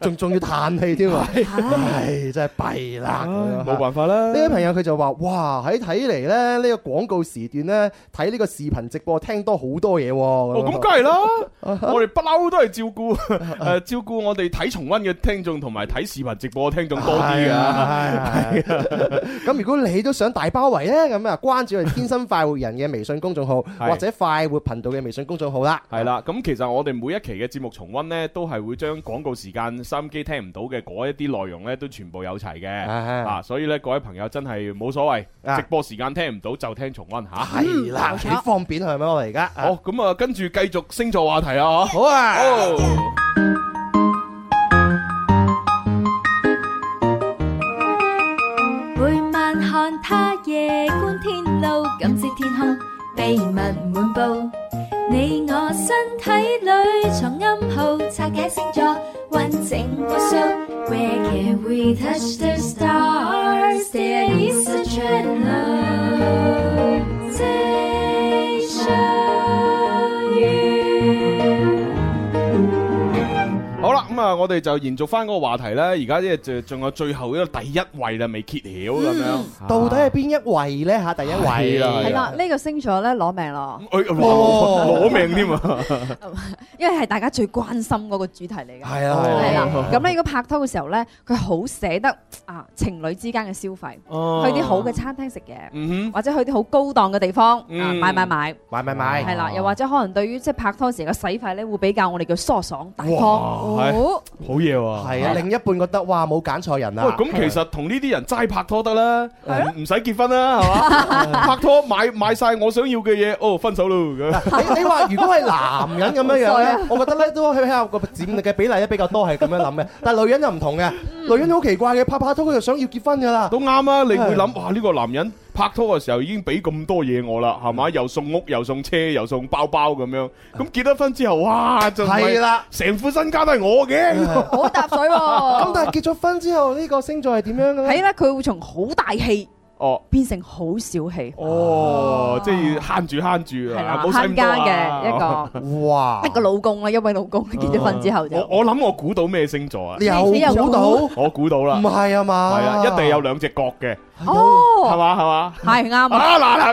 仲仲要嘆氣添啊！唉，真係弊啦，冇辦法啦。啊呢位朋友佢就話：哇，喺睇嚟咧，呢個廣告時段咧，睇呢個視頻直播聽多好多嘢喎。哦，咁梗係啦， *laughs* 我哋不嬲都係照顧 *laughs* 誒照顧我哋睇重温嘅聽眾同埋睇視頻直播嘅聽眾多啲係啊㗎。咁如果你都想大包圍咧，咁啊關注我哋天生快活人嘅微信公眾號，係或者快活頻道嘅微信公眾號啦。係啦，咁其實我哋每一期嘅節目重温呢，都係會將廣告時間收音機聽唔到嘅嗰一啲內容呢，都全部有齊嘅。啊，所以呢，各位朋友真係冇所謂，直播時間聽唔到就聽重温吓。啊係啦，幾方便係咪我哋而家？好，咁啊，跟住繼續星座話題啊，好啊。每晚看他夜觀天路，感知天空秘密滿布。你我身體裏藏暗號，拆解星座完整無數。Where can we touch the stars? There is a channel. 好啦，咁啊，我哋就延續翻嗰個話題呢。而家即係就仲有最後一個第一位啦，未揭曉咁嗯樣。到底係邊一位咧？嚇，第一位係啦係啦，呢個星座咧攞命咯，哎攞攞命添啊！因為係大家最關心嗰個主題嚟嘅。係啊係啊係啦。咁咧，如果拍拖嘅時候咧，佢好捨得啊情侶之間嘅消費，哦去啲好嘅餐廳食嘢，嗯或者去啲好高檔嘅地方啊嗯買買買。買買買，係啦，又或者可能對於即係拍拖時嘅使費咧，會比較我哋叫疏爽大方。哇係哦好嘢喎！係啊，另一半覺得哇冇揀錯人啊喂，啦。咁其實同呢啲人齋拍拖得啦，啊唔唔使結婚啦，係 *laughs* 嘛？拍拖買買晒我想要嘅嘢，哦，分手咯咁。 *laughs* 你你話如果係男人咁樣樣好衰啊咧，我覺得咧都喺喺個佔嘅比例咧比較多係咁樣 *laughs* 諗嘅，但係女人就唔同嘅，女人好奇怪嘅，拍拍拖佢就想要結婚㗎啦。都啱啊！你會諗哇，呢個男人拍拖嘅時候已經俾咁多嘢我啦，係嗯嘛？又送屋，又送車，又送包包咁樣。咁結咗婚之後，哇，就咪係啦，成副身家都係我嘅。好搭水喎。咁但係結咗婚之後，呢個星座係點樣嘅係啦，佢會從好大氣哦變成好小氣。哦，即係要慳住慳住啊係啦啊，冇使咁多啊慳家嘅一 *laughs* 個。哇一！個老公啦，一位老公結咗婚之後就哦我我諗我估到咩星座啊？你又你又估到我估到啦。唔係啊嘛係啊，一定有兩隻角嘅。哦，係嘛係嘛。係啱啊嗱係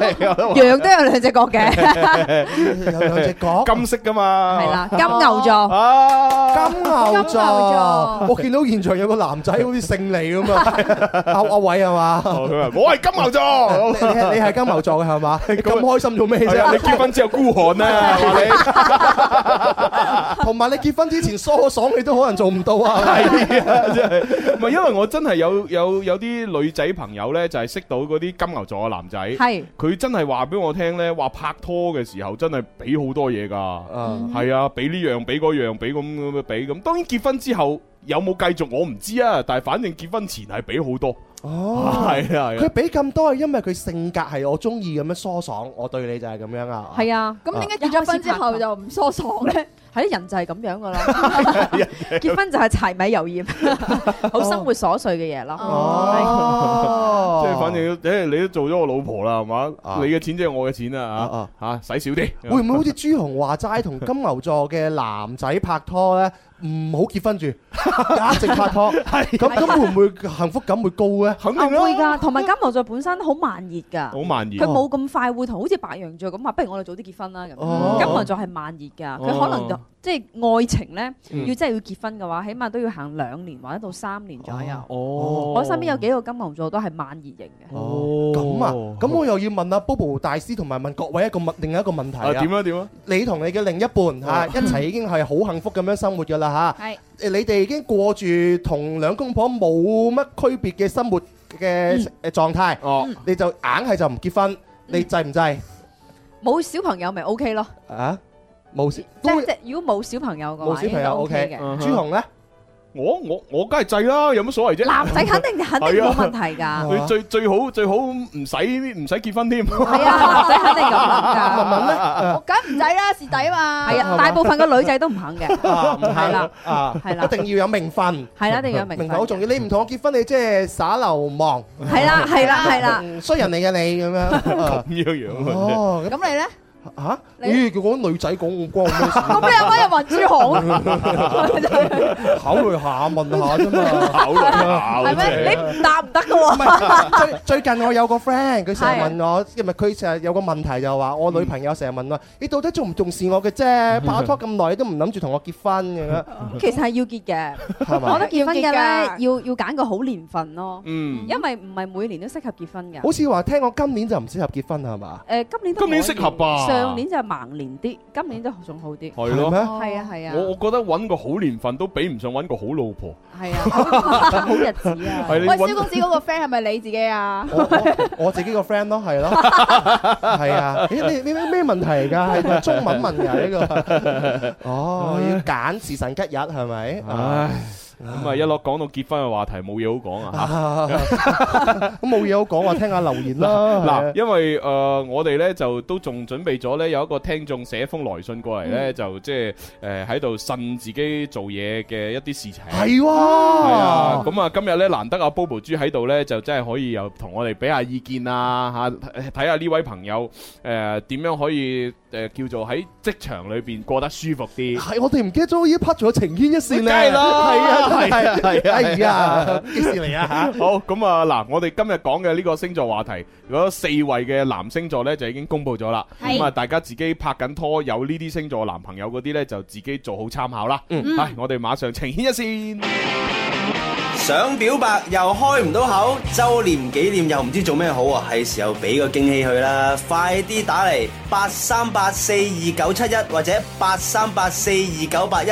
咪嗱有得玩羊都有兩隻 *laughs* 角啊嘅，有兩隻角，金色噶嘛。係啦，金牛啊座。金牛金牛座，我見到現場有個男仔好似勝利 *laughs* 咁啊，阿阿偉係嘛？我係金牛座，你你係你係金牛座嘅 *laughs* 係嘛？你咁開心做咩係啫？啊你結婚之後孤寒啊，同埋你結婚之前疏爽，你都可能做唔到啊！ *laughs* 係啊，真係唔係因為我真係有有有啲女仔朋友呢，就係識到嗰啲金牛座嘅男仔，係佢真係話俾我聽呢，話拍拖嘅時候真係俾好多嘢㗎，係啊，俾呢樣俾嗰樣俾咁咁俾咁，當然結婚之後有冇繼續我唔知啊，但係反正結婚前係俾好多，哦係啊，係佢啊俾咁多係因為佢性格係我中意咁樣疏爽，我對你就係咁樣啊。係啊，咁點解結咗婚之啊後就唔疏爽 *laughs* 咧？係啲人就係咁樣噶啦，啊 *laughs* 結婚就係柴米油鹽， *laughs* 好生活瑣碎嘅嘢咯。哦 *laughs* 即係反正誒，你都做咗我老婆啦，係嘛？你嘅錢即係我嘅錢啦，嚇嚇，使少啲。 *laughs* 會唔會好似朱紅話齋同金牛座嘅男仔拍拖咧？唔好結婚住， *laughs* 一直拍 *laughs* 拖，咁咁會唔會 *laughs* 幸福感會高咧？肯啊會㗎，同埋金牛座本身好慢熱㗎，好慢熱佢冇咁快會同好似白羊座咁話，不如我哋早啲結婚啦咁。哦金牛座係慢熱㗎，佢哦可能就即係愛情咧，嗯要真係要結婚嘅話，起碼都要行兩年或者到三年左右。哦我身邊有幾個金牛座都係慢熱型嘅。哦，咁啊，咁我又要問阿 Bobo 大師同埋問各位一個問另一個問題啊啊。點啊點啊！你同你嘅另一半嚇、一齊已經係好幸福咁樣生活㗎啦嚇。 *laughs* 係誒你哋已經過住同兩公婆冇乜區別嘅生活嘅誒狀態。哦、你就硬係就唔結婚，你制唔制冇小朋友咪 OK 咯，啊？冇事即係即係如果冇小朋友嘅冇話，小應朋該友 OK OK 嘅。。Uh-huh 朱紅咧，我我我梗係制啦，有乜所謂啫？男仔肯定肯定係啊冇問題 *laughs* 㗎你，最最好最好唔使唔使結婚添。 *laughs* 係啊，男仔肯定咁諗㗎。我梗唔制啦，是底嘛。係啊，大部分嘅女仔都唔肯 *laughs* 嘅，係啦，啊，係啦一定要有名分，係啦一定要有名分分好重要。你唔同我結婚，你即係耍流氓，係啦，係啦，係啦。衰人嚟嘅你咁樣。 *laughs* 咁樣樣啊哦，咁你咧？嚇？咦，佢講女仔講咁光咩事？咁你有乜有民主 *laughs* 行？考慮下問下啫 *laughs* 嘛，考慮下係咩？你唔答唔得㗎唔喎。係 *laughs* 最最近我有個 friend，佢成日問我，因為佢成日有個問題就話，我女朋友成日問我，你到底重唔重視我嘅啫？拍拖咁耐，你都唔諗住同我結婚咁樣，其實係要結嘅，係嘛 *laughs* 我覺得結婚嘅咧要結㗎要要揀個好年份咯，嗯因為唔係每年都適合結婚嘅。好似話聽講今年就唔適合結婚係嘛？誒今年都今年可以適合吧上年就係盲年啲，今年都仲好啲。係咯係咩係啊係我啊，我覺得揾個好年份都比唔上揾個好老婆。係啊，好日子 *laughs* 啊。係你喂，蕭公揾子嗰個 friend 係咪你自己啊？我自己個 friend 咯，係咯，係啊。咦，你你咩咩問題嚟㗎？係咪中文問 *laughs* 㗎呢個？哦，要揀時辰吉日係咪？唉，咁啊一落講到結婚嘅話題，冇嘢好講啊嚇。啊咁 *laughs* 冇嘢好講，話聽下留言啦。嗱，因為誒、呃我哋咧就都仲準備咗咧有一個聽眾寫封來信過嚟咧，嗯就即係誒喺度呻自己做嘢嘅一啲事情。係喎係哦啊，咁啊今日咧難得阿 Bobo 豬喺度咧，就真係可以又同我哋俾下意見啊吓，睇睇下呢位朋友誒點樣可以誒叫做喺職場裏邊過得舒服 *laughs* 啲。係，我哋唔記得咗已經拍咗情牽一線咧。梗係啦，係啊，係啊，係啊，係啊，係啊，幾時嚟啊？好，咁啊，嗱，我哋今日講嘅呢個星座話題，嗰四位嘅男星座呢，就已經公布咗啦。係。咁啊，大家自己拍緊拖，有呢啲星座男朋友嗰啲呢，就自己做好參考啦。嗯。係，我哋馬上呈現一線。想表白又開唔到口，周年紀念又唔知做咩好啊！係時候俾個驚喜佢啦，快啲打嚟八三八四二九七一或者八三八四二九八一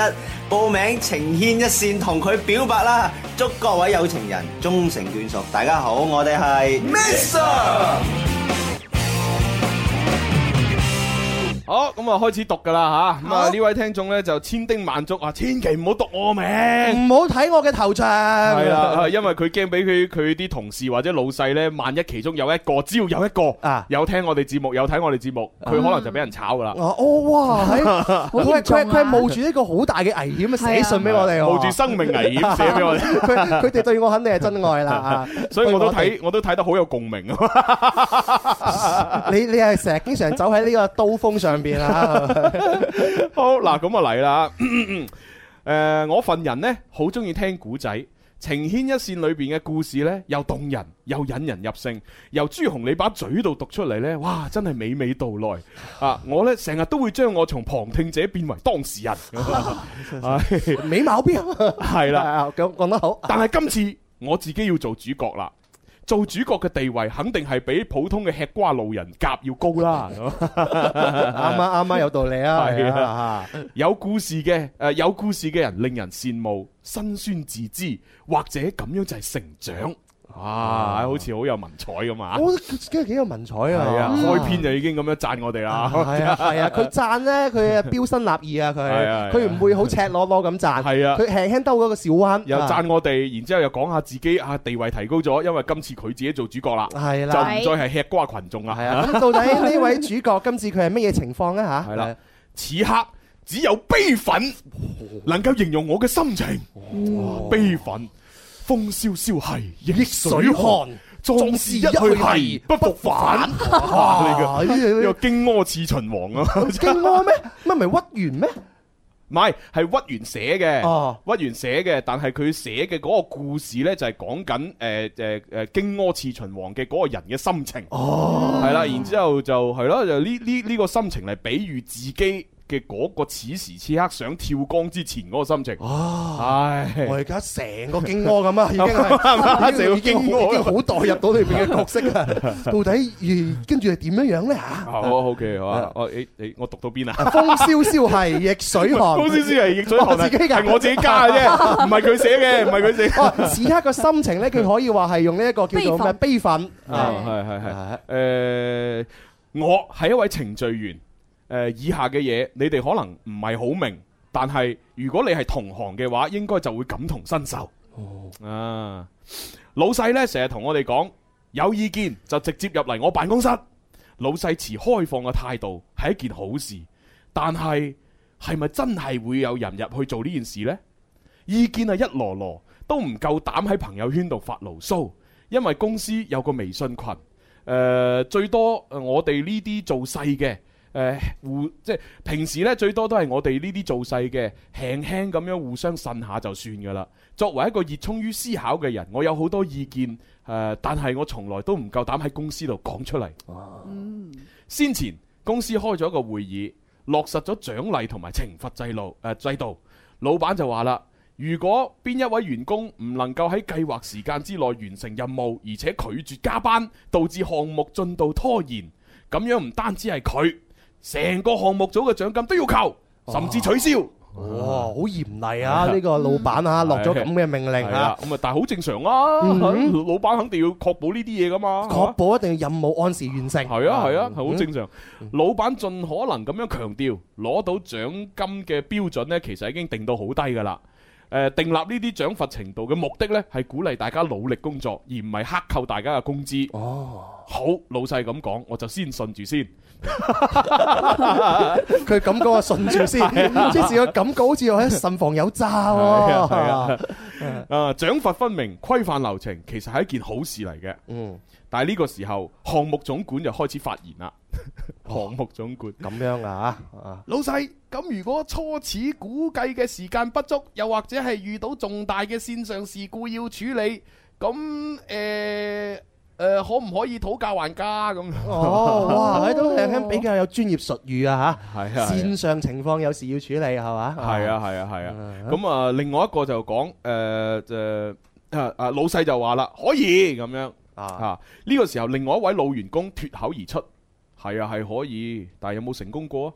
報名情牽一線，同佢表白啦！祝各位有情人終成眷屬。大家好，我哋係 Mr。好，咁啊開始讀噶啦吓，咁啊呢位聽眾咧就千叮萬囑啊，千祈唔好讀我名，唔好睇我嘅頭像。係 *laughs* 啦，係因為佢驚俾佢佢啲同事或者老細咧，萬一其中有一個，只要有一個啊有聽我哋節目，有睇我哋節目，佢啊可能就俾人炒噶啦。哦，哇！係佢係佢係佢係冒住一個好大嘅危險啊，寫信俾我哋喎，啊冒住生命危險寫俾我哋 *laughs* 佢佢哋對我肯定係真愛 *laughs* 啦啊！所以我都睇我都睇得好有共鳴啊！你你係成日經常走喺呢個刀鋒上邊 *laughs* 啊！好嗱，咁啊嚟啦。 *coughs* 誒、我份人呢，好中意聽古仔，《情牽一線》裏邊嘅故事呢，又動人又引人入勝，由朱紅你把嘴度讀出嚟呢，哇，真係娓娓道來啊！我呢，成日都會將我從旁聽者變為當事人，啊美貌邊啊 *laughs* 係啦，咁講得好。但係今次我自己要做主角啦。做主角嘅地位肯定係比普通嘅吃瓜路人甲要高啦，啱 *laughs* 啊啱啊有道理啊係係啊，有故事嘅誒有故事嘅人令人羨慕，辛酸自知，或者咁樣就係成長。啊，好似好有文采咁啊！我覺得佢幾有文采啊！係啊，開篇就已經咁樣讚我哋啦。係啊係 *laughs* 啊，佢讚咧佢係標新立異啊係啊係啊佢，佢唔會好赤裸裸咁讚，係啊佢輕輕兜嗰個小彎，又啊讚我哋，然之後又講下自己啊地位提高咗，因為今次佢自己做主角啦，係啦啊就啊唔再係吃瓜群眾啊啦。係咁到底呢位主角今次佢係乜嘢情況咧吓？系啦，此刻只有悲憤能夠形容我嘅心情。悲憤，風蕭蕭係哦逆水寒，壯士一去係不復返。啊啊哇！呢個呢個荊軻刺秦王啊！荊軻咩？乜唔係屈原咩？ *laughs* 唔係，係屈原寫哦嘅，屈原寫嘅，但係佢寫嘅嗰個故事呢，就係講緊誒誒誒荊軻刺秦王嘅嗰個人嘅心情，係啦，然之後就係咯，就呢呢呢個心情嚟比喻自己。嘅嗰個此時此刻想跳江之前嗰個心情，唉，我而家成個荊軻咁啊，已經係 *laughs* 成個啊已經荊已經軻好代入到裏邊嘅角色 *laughs* 啊！到底呃跟住係點樣樣咧吓？好，OK，好啊，我你你我讀到邊啊？風蕭蕭係逆水寒，風蕭蕭係逆水寒我自己㗎啊係我自己加嘅啫唔係佢寫嘅唔係佢寫嘅哦此刻個心情咧，佢可以話係用呢一個叫做咩悲憤啊，係係係，誒，我係一位程序員，誒，以下嘅嘢你哋可能唔係好明，但係如果你係同行嘅話，應該就會感同身受。啊，老細呢成日同我哋講，有意見就直接入嚟我辦公室。老細持開放嘅態度係一件好事，但係係咪真係會有人入去做呢件事呢？意見係一籮籮，都唔夠膽喺朋友圈度發牢騷，因為公司有個微信群，誒、最多呃我哋呢啲做細嘅。誒互即係平時呢，最多都係我哋呢啲做細嘅輕輕咁樣互相呻下就算㗎啦。作為一個熱衷於思考嘅人，我有好多意見誒、呃但係我從來都唔夠膽喺公司度講出嚟。先前公司開咗一個會議，落實咗獎勵同埋懲罰制度。誒、呃制度，老闆就話啦：如果邊一位員工唔能夠喺計劃時間之內完成任務，而且拒絕加班，導致項目進度拖延，咁樣唔單止係佢，成個項目組嘅獎金都要扣，甚至取消。哇，好嚴厲啊！呢個老闆啊，落咗咁嘅命令係啊啦，咁啊，但係好正常啊，嗯老闆肯定要確保呢啲嘢噶嘛，確保一定要任務按時完成。係啊係啊，係好正常。老闆盡可能咁樣強調，攞到獎金嘅標準呢，其實已經定到好低㗎啦。誒、訂立呢啲獎罰程度嘅目的呢，係鼓勵大家努力工作，而唔係克扣大家嘅工資。哦，好，老細咁講，我就先信住先。佢感覺啊，順 *laughs* 住先係啊，即是個感覺好似喺慎防有詐喎。啊，啊，獎罰分明，規範流程，其實係一件好事嚟嘅。嗯，但係呢個時候，項目總管就開始發言啦。項目總管咁樣啊，啊老細，咁如果初始估計嘅時間不足，又或者係遇到重大嘅線上事故要處理，咁誒誒，可唔可以討價還價咁？哦，哇，喺度輕輕比較有專業術語啊嚇。係啊係啊線上情況有時要處理係嘛？啊呃係啊，係啊，係啊。咁啊，另外一個就講誒誒，啊啊老細就話啦，可以咁樣啊。呢個時候，另外一位老員工脱口而出：係啊，係可以，但係有冇成功過啊？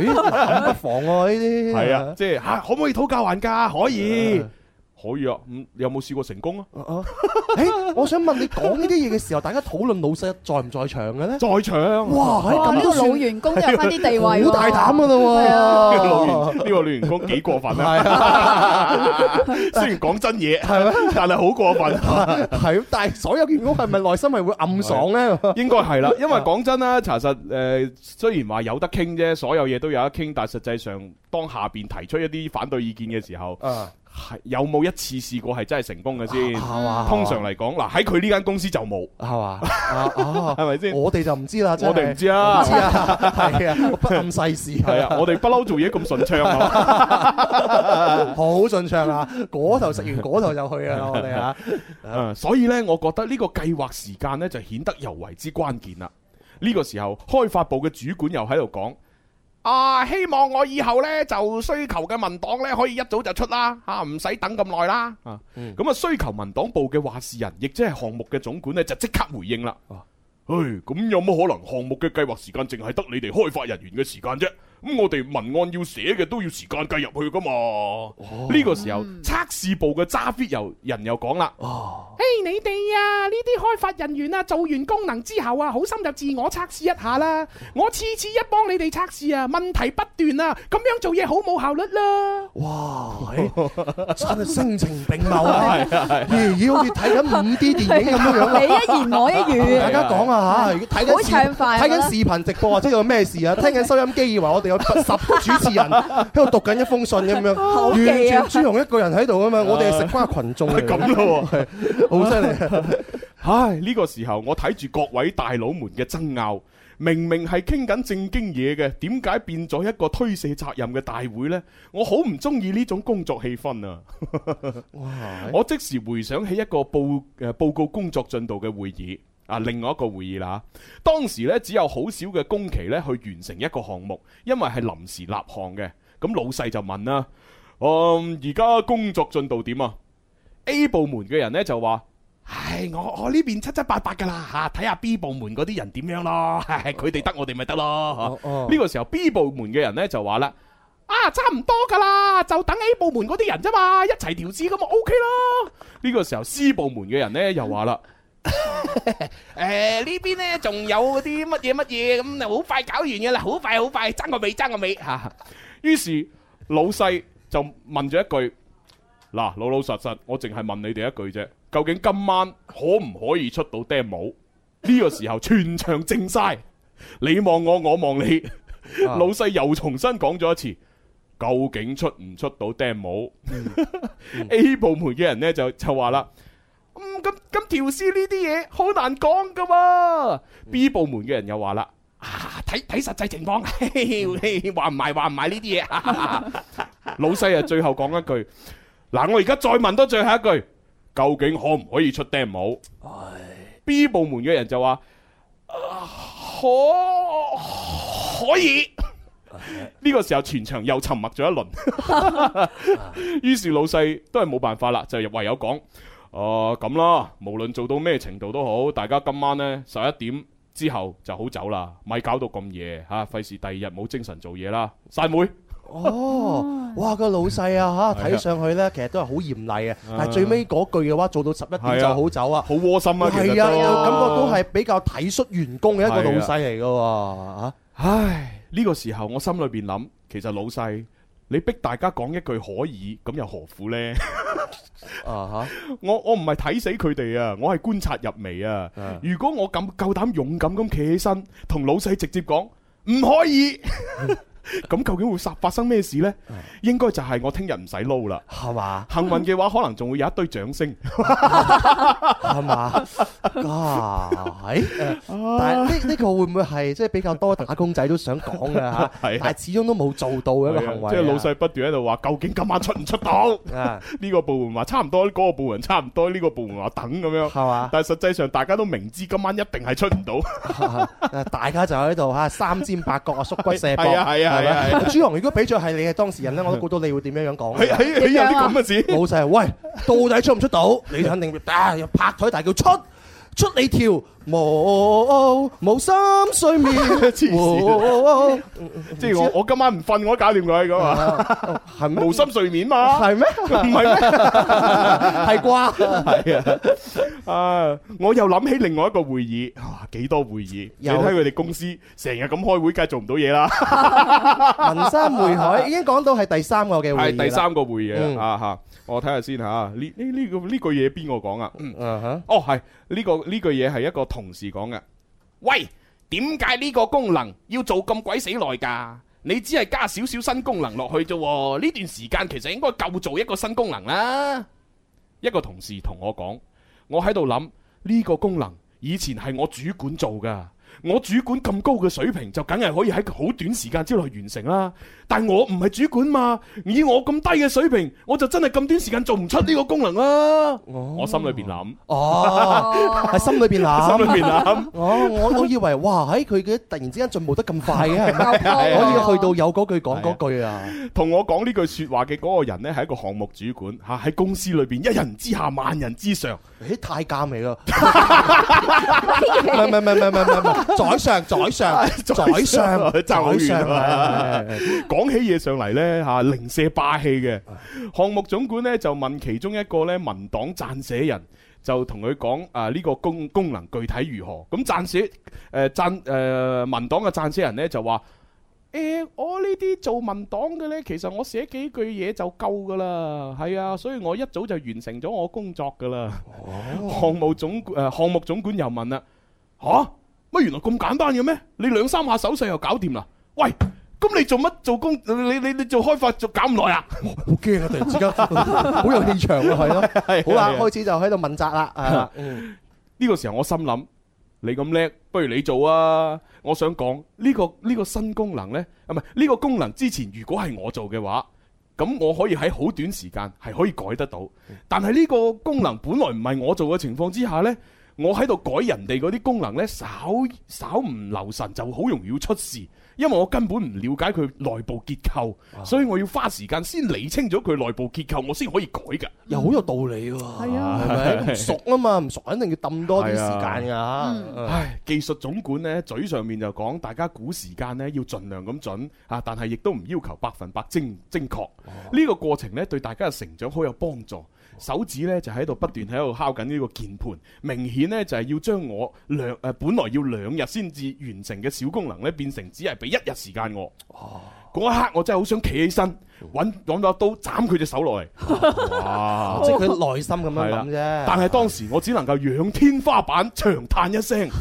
咦，不妨喎呢啲。係啊，即係嚇，可唔可以討價還價？可以，可以啊。咁有冇試過成功啊？ *laughs* 誒，我想問你講呢啲嘢嘅時候，大家討論老細在唔在場嘅咧？在場。哇，哇咁呢都個算老員工都有翻啲地位喎，好大膽噶係啦呢個老喎！員呢個老員工幾過分啊！ *laughs* 雖然講真嘢，係咩？但係好過分。啊係，但係所有員工係咪內心係會暗爽咧？ *laughs* 應該係啦，因為講真啦，查實誒、呃，雖然話有得傾啫，所有嘢都有得傾，但係實際上當下邊提出一啲反對意見嘅時候，係有冇一次試過係真係成功嘅先？嘛通常嚟講，嗱喺佢呢間公司就冇，係嘛？啊 *laughs* 哦，係咪先？我哋就唔知啦，真係我哋唔知啊唔知 *laughs* 啊，係啊，不諳世事係啊， *laughs* 我哋不嬲做嘢咁順暢啊！ *laughs* 好順暢啊！嗰頭食完嗰頭就 *laughs* 去啊！我哋啊，誒所以呢，我覺得呢個計劃時間呢，就顯得尤為之關鍵啦。呢、個時候，開發部嘅主管又喺度講。啊，希望我以後呢，就需求嘅文檔呢，可以一早就出啦，嚇唔使等咁耐啦。啊，咁啊需求文檔部嘅話事人，亦即係項目嘅總管呢，就即刻回應啦。啊唉，咁有乜可能項目嘅計劃時間淨係得你哋開發人員嘅時間啫？咁我哋文案要寫嘅都要時間計入去噶嘛？呢、個時候測試部嘅揸 fit 又人又講啦。嘿，你哋啊，呢啲開發人員啊，做完功能之後啊，好心就自我測試一下啦。我次次一幫你哋測試啊，問題不斷啊，咁樣做嘢好冇效率啦。哇，真係聲情並茂 *laughs* 啊！係啊係啊咦咦，好似睇緊五 D 電影咁樣樣啊你一言我一 *laughs* 語大家講啊嚇，如果睇緊視好暢快啊睇緊視頻直播啊，即係有咩事啊？聽緊收音機以為我哋有十個主持人 *laughs* 喺度讀緊一封信咁樣， *laughs* 好完記啊全朱紅一個人喺度啊嘛，我哋係食瓜群眾嚟嘅咁咯喎 *laughs* 係好犀利啊！唉，呢、個時候我睇住各位大佬們嘅爭拗，明明係傾緊正經嘢嘅，點解變咗一個推卸責任嘅大會呢？我好唔中意呢種工作氣氛啊！ *laughs* 我即時回想起一個報誒報告工作進度嘅會議。啊，另外一個會議啦，當時呢，只有好少嘅工期呢去完成一個項目，因為係臨時立項嘅。咁老細就問啦：嗯，而家工作進度點啊？A 部門嘅人呢就話：唉，我我呢邊七七八八噶啦嚇，睇下 B 部門嗰啲人點樣咯， *laughs* 係佢哋得我哋咪得哦咯。嚇呢個時候 B 部門嘅人呢就話啦。啊，差唔多噶啦，就等 A 部門嗰啲人啫嘛，一齊調試咁咪 OK 咯。呢個時候 C 部門嘅人呢又話 *laughs* 啦，誒呢邊咧仲有嗰啲乜嘢乜嘢咁，就好快搞完嘅啦，好快好快，爭個尾爭個尾嚇。於是老細就問咗一句：嗱，老老實實，我淨係問你哋一句啫，究竟今晚可唔可以出到 demo？呢個時候全場靜晒，你望我，我望你，啊老細又重新講咗一次。究竟出唔出到 demo、A 部門嘅人呢，就就話啦，嗯，咁咁調師呢啲嘢好難講噶嘛。B 部門嘅人又話啦，啊睇睇實際情況，嘿嘿話唔埋話唔埋呢啲嘢。老細啊，最後講一句：嗱，我而家再問多最後一句，究竟可唔可以出 demo？B 部門嘅人就話：啊可可以。呢個時候全場又沉默咗一 *laughs* 輪，於是老細都係冇辦法啦，就唯有講：哦咁啦，無論做到咩程度都好，大家今晚呢十一點之後就好走啦，咪搞到咁夜嚇，費事第二日冇精神做嘢啦，散會。哦，哇個老細啊嚇，係啊睇上去咧其實都係好嚴厲啊，但啊係最尾嗰句嘅話做到十一點就好走啊，好窩心啊，其實係啊，都有感覺都係比較體恤員工嘅一個老細嚟嘅喎唉，呢個時候我心裏邊諗，其實老細，你逼大家講一句可以，咁又何苦呢？ *laughs* 啊我我唔係睇死佢哋啊，我係觀察入微啊。如果我咁夠膽勇敢咁企起身，同老細直接講唔可 *laughs* 以，咁究竟會發發生咩事呢？啊應該就係我聽日唔使撈啦，係嘛？幸運嘅話，可能仲會有一堆掌聲。 *laughs* 係嘛？ *laughs* 啊，係誒但係呢呢個會唔會係即係比較多打工仔都想講 *laughs* 嘅嚇？係啊但係始終都冇做到嘅一個行為啊。即係老細不斷喺度話，究竟今晚出唔出到？ *laughs* 啊 *laughs* 呢個部門話差唔多，嗰個部門差唔多，呢個部門話等咁樣，係嘛？但係實際上大家都明 *laughs* 知今晚一定係出唔到，啊大家就喺度嚇三尖八角啊，縮骨射膊，係啊係啊係咪？係係朱紅，如果俾咗係你嘅當事人咧，我都估到你會點樣樣啊講。係係係有啲咁嘅事。老細，喂，到底出唔出到？你肯定啊，拍台大叫出。出你條無無心睡 *laughs* 眠，無即係我我今晚唔瞓，我都搞掂佢咁啊，係咩？無心睡眠嘛，嗯 *laughs* 係咩？唔係咩？ *laughs* 係啩？係啊， *laughs* 啊！我又諗起另外一個會議，哇，幾多會議？你有睇佢哋公司成日咁開會，梗係做唔到嘢啦。文山會海已經講到係第三個嘅會議係啦第三個會議嗯啊吓，我睇下先吓，呢呢呢個呢句嘢邊個講啊？嗯，Uh-huh。哦係呢個呢句嘢係一個同事講嘅。喂，點解呢個功能要做咁鬼死耐噶？你只係加少少新功能落去啫喎，呢段時間其實應該夠做一個新功能啦。一個同事同我講，我喺度諗呢個功能以前係我主管做噶，我主管咁高嘅水平就梗係可以喺好短時間之內完成啦。但我唔係主管嘛，以我咁低嘅水平，我就真係咁短時間做唔出呢個功能啦。我心裏邊諗，哦， *laughs* 喺心裏邊諗， *laughs* 心裏邊啊諗。哦，我我以為哇，喺佢嘅突然之間進步得咁快 *laughs* 嘅，係咪係啊係啊可以去到有嗰句講嗰句啊！同我講呢句説話嘅嗰個人呢，係一個項目主管嚇，喺公司裏邊一人之下萬人之上。誒，太監 *laughs* 嚟咯！唔係唔係唔係唔係唔係唔係，宰相宰相 *laughs* 宰相爭好宰遠相啊係！講起嘢上嚟呢，嚇，零舍霸氣嘅項目總管呢，就問其中一個呢民黨撰寫人。就同佢講啊，呢個功功能具體如何？咁撰寫誒撰誒民黨嘅撰寫人呢，就話：誒、我呢啲做文黨嘅呢，其實我寫幾句嘢就夠噶啦，係啊，所以我一早就完成咗我工作噶啦。項目總誒、呃、項目總管又問啦：吓？乜原來咁簡單嘅咩？你兩三下手勢又搞掂啦？喂！咁你做乜做工？你你你做開發做搞咁耐啊？好驚啊！突然之間，好有氣場 *laughs* 啊，係咯。好啦，係啊開始就喺度問責啦，係啦 *laughs* 嗯呢個時候我心諗，你咁叻，不如你做啊！我想講呢、個呢、個新功能呢，啊唔係呢個功能之前如果係我做嘅話，咁我可以喺好短時間係可以改得到。但係呢個功能本來唔係我做嘅情況之下呢，我喺度改人哋嗰啲功能呢，稍稍唔留神就好容易要出事。因為我根本唔了解佢內部結構，所以我要花時間先理清咗佢內部結構，我先可以改㗎。又好有道理喎，係啊係咪唔熟啊嘛？唔熟肯定要揼多啲時間係㗎。唉，技術總管呢，嘴上面就講，大家估時間呢要盡量咁準啊，但係亦都唔要求百分百精精確。哦呢個過程呢，對大家嘅成長好有幫助。手指呢就喺度不斷喺度敲緊呢個鍵盤，明顯呢就係要將我兩誒、呃本來要兩日先至完成嘅小功能呢，變成只係俾一日時間我。哦嗰一刻我真係好想企起身，揾揾把刀斬佢隻手落嚟。哇即係佢內心咁樣諗啫係啦但係當時我只能夠仰天花板，長嘆一聲。 *laughs*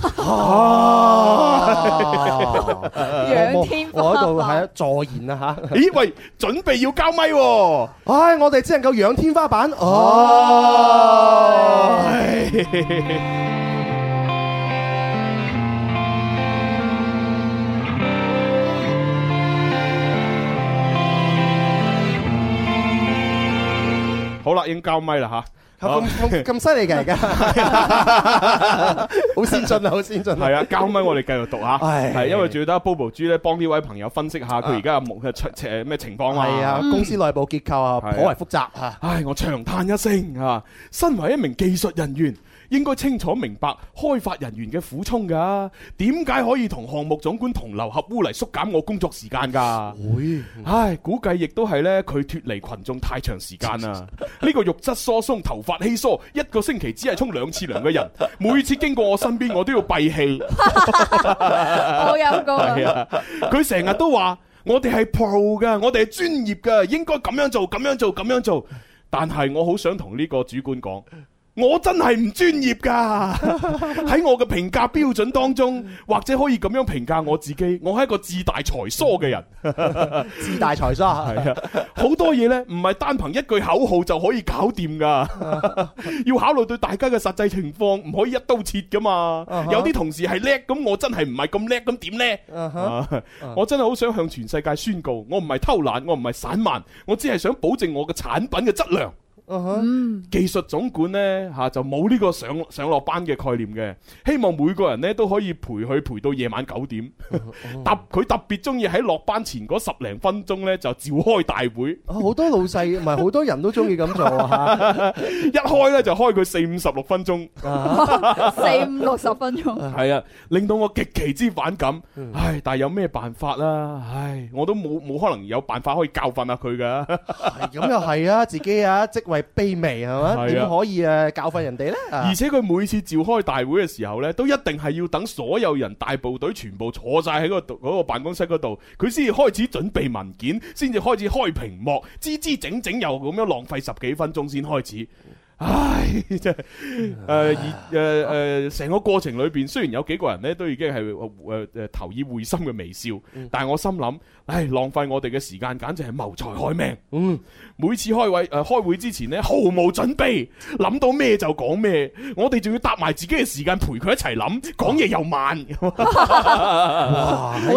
仰天花板我喺度係助言啊嚇。 *laughs* 咦喂，準備要交咪喎！唉，我哋只能夠仰天花板。哦，好啦，已經交咪啦吓。啊咁咁咁犀利嘅而 *laughs* 家，好先進啊，好先進啊。係啊，交咪我哋繼續讀吓，唉係因為仲要得 Bobo 豬咧幫呢位朋友分析下佢而家嘅目嘅呃出誒咩情況嘛係啊，公司內部結構啊，係啊頗為複雜啊。唉，我長嘆一聲啊！身為一名技術人員，應該清楚明白開發人員嘅苦衷㗎。點解可以同項目總管同流合污嚟縮減我工作時間㗎？會唉，估計亦都係呢，佢脫離群眾太長時間啦。 *laughs* 呢個肉質疏鬆、頭髮稀疏，一個星期只係沖兩次涼嘅人，每次經過我身邊，我都要閉氣。好陰功啊係啊！佢成日都話我哋係 pro 噶，我哋係專業噶，應該咁樣做，咁樣做，咁樣做。但係我好想同呢個主管講。我真係唔專業㗎， *laughs* 喺我嘅評價標準當中，或者可以咁樣評價我自己，我係一個自大才疏嘅人。自大才疏係啊，好多嘢呢，唔係單憑一句口號就可以搞掂㗎，要考慮對大家嘅實際情況，唔可以一刀切㗎嘛。哈有啲同事係叻，咁我真係唔係咁叻，咁點呢？啊哈啊我真係好想向全世界宣告，我唔係偷懶，我唔係散漫，我只係想保證我嘅產品嘅質量。技術總管呢，嚇就冇呢個上上落班嘅概念嘅，希望每個人呢都可以陪佢陪到夜晚九點。特佢特別中意喺落班前嗰十零分鐘呢，就召開大會。好多老細唔係好多人都中意咁做啊！一開呢，就開佢四五十六分鐘，四五六十分 *laughs* 鐘。係啊，令到我極其之反感。唉，但係有咩辦法啦？唉，我都冇冇可能有辦法可以教訓下佢㗎。咁又係啊，自己啊職位卑微係係嘛，啊點可以誒教訓人哋呢？啊而且佢每次召開大會嘅時候呢，都一定係要等所有人大部隊全部坐晒喺嗰度嗰個辦公室嗰度，佢先至開始準備文件，先至開始開屏幕，支支整整又咁樣浪費十幾分鐘先開始。唉，真係呃誒而誒呃誒，成個過程裏邊雖然有幾個人呢都已經係呃誒誒投以會心嘅微笑，但係我心諗，唉，浪費我哋嘅時間，簡直係謀財害命。嗯，每次開會誒、呃、開會之前呢，毫無準備，諗到咩就講咩，我哋仲要搭埋自己嘅時間陪佢一齊諗，講嘢又慢， *laughs* 好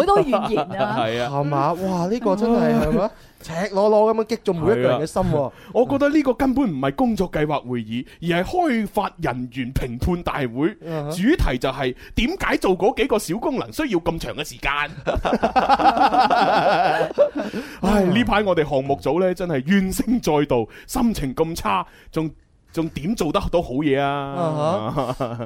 多語言啊係啊，係嘛？哇！呢個真係係嘛，赤裸裸咁樣擊中每一個人嘅心 *laughs* 喎。我覺得呢個根本唔係工作計劃會議，而係開發人員評判大會。嗯主題就係點解做嗰幾個小功能需要咁長嘅時間？唉，呢排我哋項目組呢，真係怨聲載道，心情咁差，仲仲點做得到好嘢啊？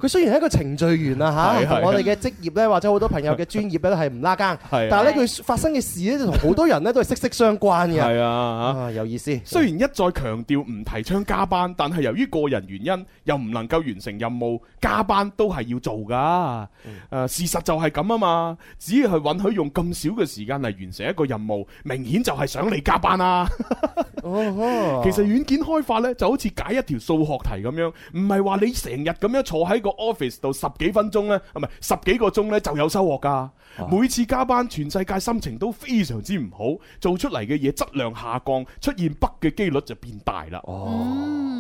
佢雖然係一個程序員啊嚇，係係同我哋嘅職業咧，或者好多朋友嘅專業咧係唔拉 *laughs* 更，但係咧佢發生嘅事咧，就同好多人咧都係息息相關嘅。 *laughs* 係啊，有意思。雖然一再強調唔提倡加班，但係由於個人原因，又唔能夠完成任務，加班都係要做噶。誒、事實就係咁啊嘛，只要係允許用咁少嘅時間嚟完成一個任務，明顯就係想你加班啊啦、哦其實軟件開發呢，就好似解一條數學題咁樣，唔係話你成日咁樣坐喺個 office 度十幾分鐘呢，啊唔係十幾個鐘呢就有收穫㗎。每次加班，全世界心情都非常之唔好，做出嚟嘅嘢質量下降，出現 bug 嘅機率就變大啦。哦，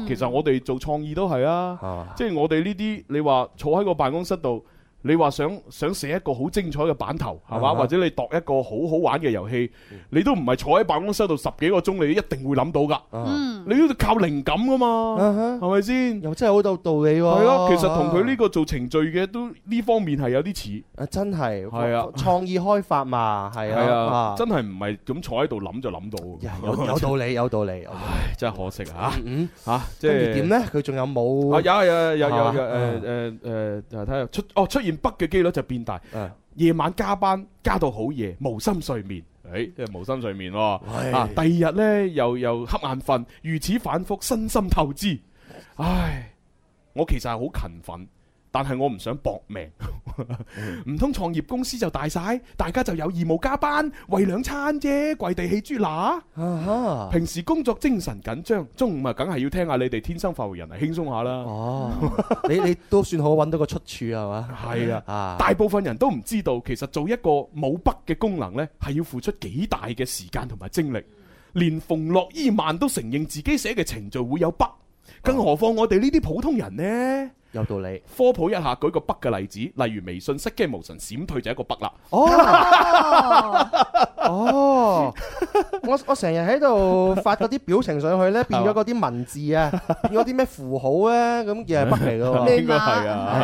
其實我哋做創意都係啊，即係我哋呢啲你話坐喺個辦公室度。你話想想寫一個好精彩嘅版頭，係嘛？啊哈或者你度一個好好玩嘅遊戲，你都唔係坐喺辦公室度十幾個鐘，你一定會諗到㗎。嗯你都靠靈感㗎嘛，係咪先？又真係好啊有啊道理喎。係咯，其實同佢呢個做程序嘅都呢方面係有啲似。啊真係係啊創意開發嘛，係係啊啊，，真係唔係咁坐喺度諗就諗到。有有道理，有道理。嗯唉， *laughs* 真係可惜啊！嚇，即跟住係點咧？佢仲有冇？啊有啊有啊有啊有啊係嘛有誒誒誒，睇下出哦出現北嘅機率就變大。夜晚加班加到好夜，無心睡眠。誒，即係無心睡眠喎。啊，第二日呢，又又瞌眼瞓，如此反覆，身心透支。唉，我其實係好勤奮，但係我唔想搏命。唔通創業公司就大晒，大家就有義務加班，為兩餐啫，跪地起豬乸。平時工作精神緊張，中午啊，梗係要聽下你哋天生發育人嚟輕鬆下啦。哦，你你都算好揾到個出處係嘛？係啊，啊，大部分人都唔知道，其實做一個冇筆嘅功能呢，係要付出幾大嘅時間同埋精力。連馮諾依曼都承認自己寫嘅程序會有筆，更何況我哋呢啲普通人呢？有道 *laughs* 理。科普一下，舉個筆嘅例子，例如微信失驚無神閃退就係一個筆啦。哦，我我成日喺度發嗰啲表情上 *laughs* 去咧，變咗嗰啲文字啊，變咗啲咩符號咧，咁又係北嚟 *laughs* 嘅喎。應該係啊，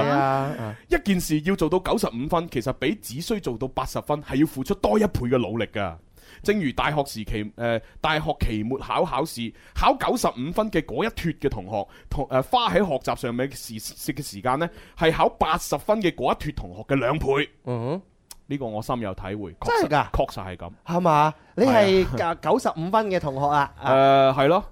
係啊，一件事要做到九十五分，其實比只需做到八十分係要付出多一倍嘅努力㗎。正如大學時期，誒、大學期末考考試，考九十五分嘅嗰一脱嘅同學，同誒、呃花喺學習上面嘅時嘅時間呢，係考八十分嘅嗰一脱同學嘅兩倍。嗯，呢個我深有體會，確真係實㗎確實係咁。係嘛？你係九十五分嘅同學啊？誒 *laughs* 係咯，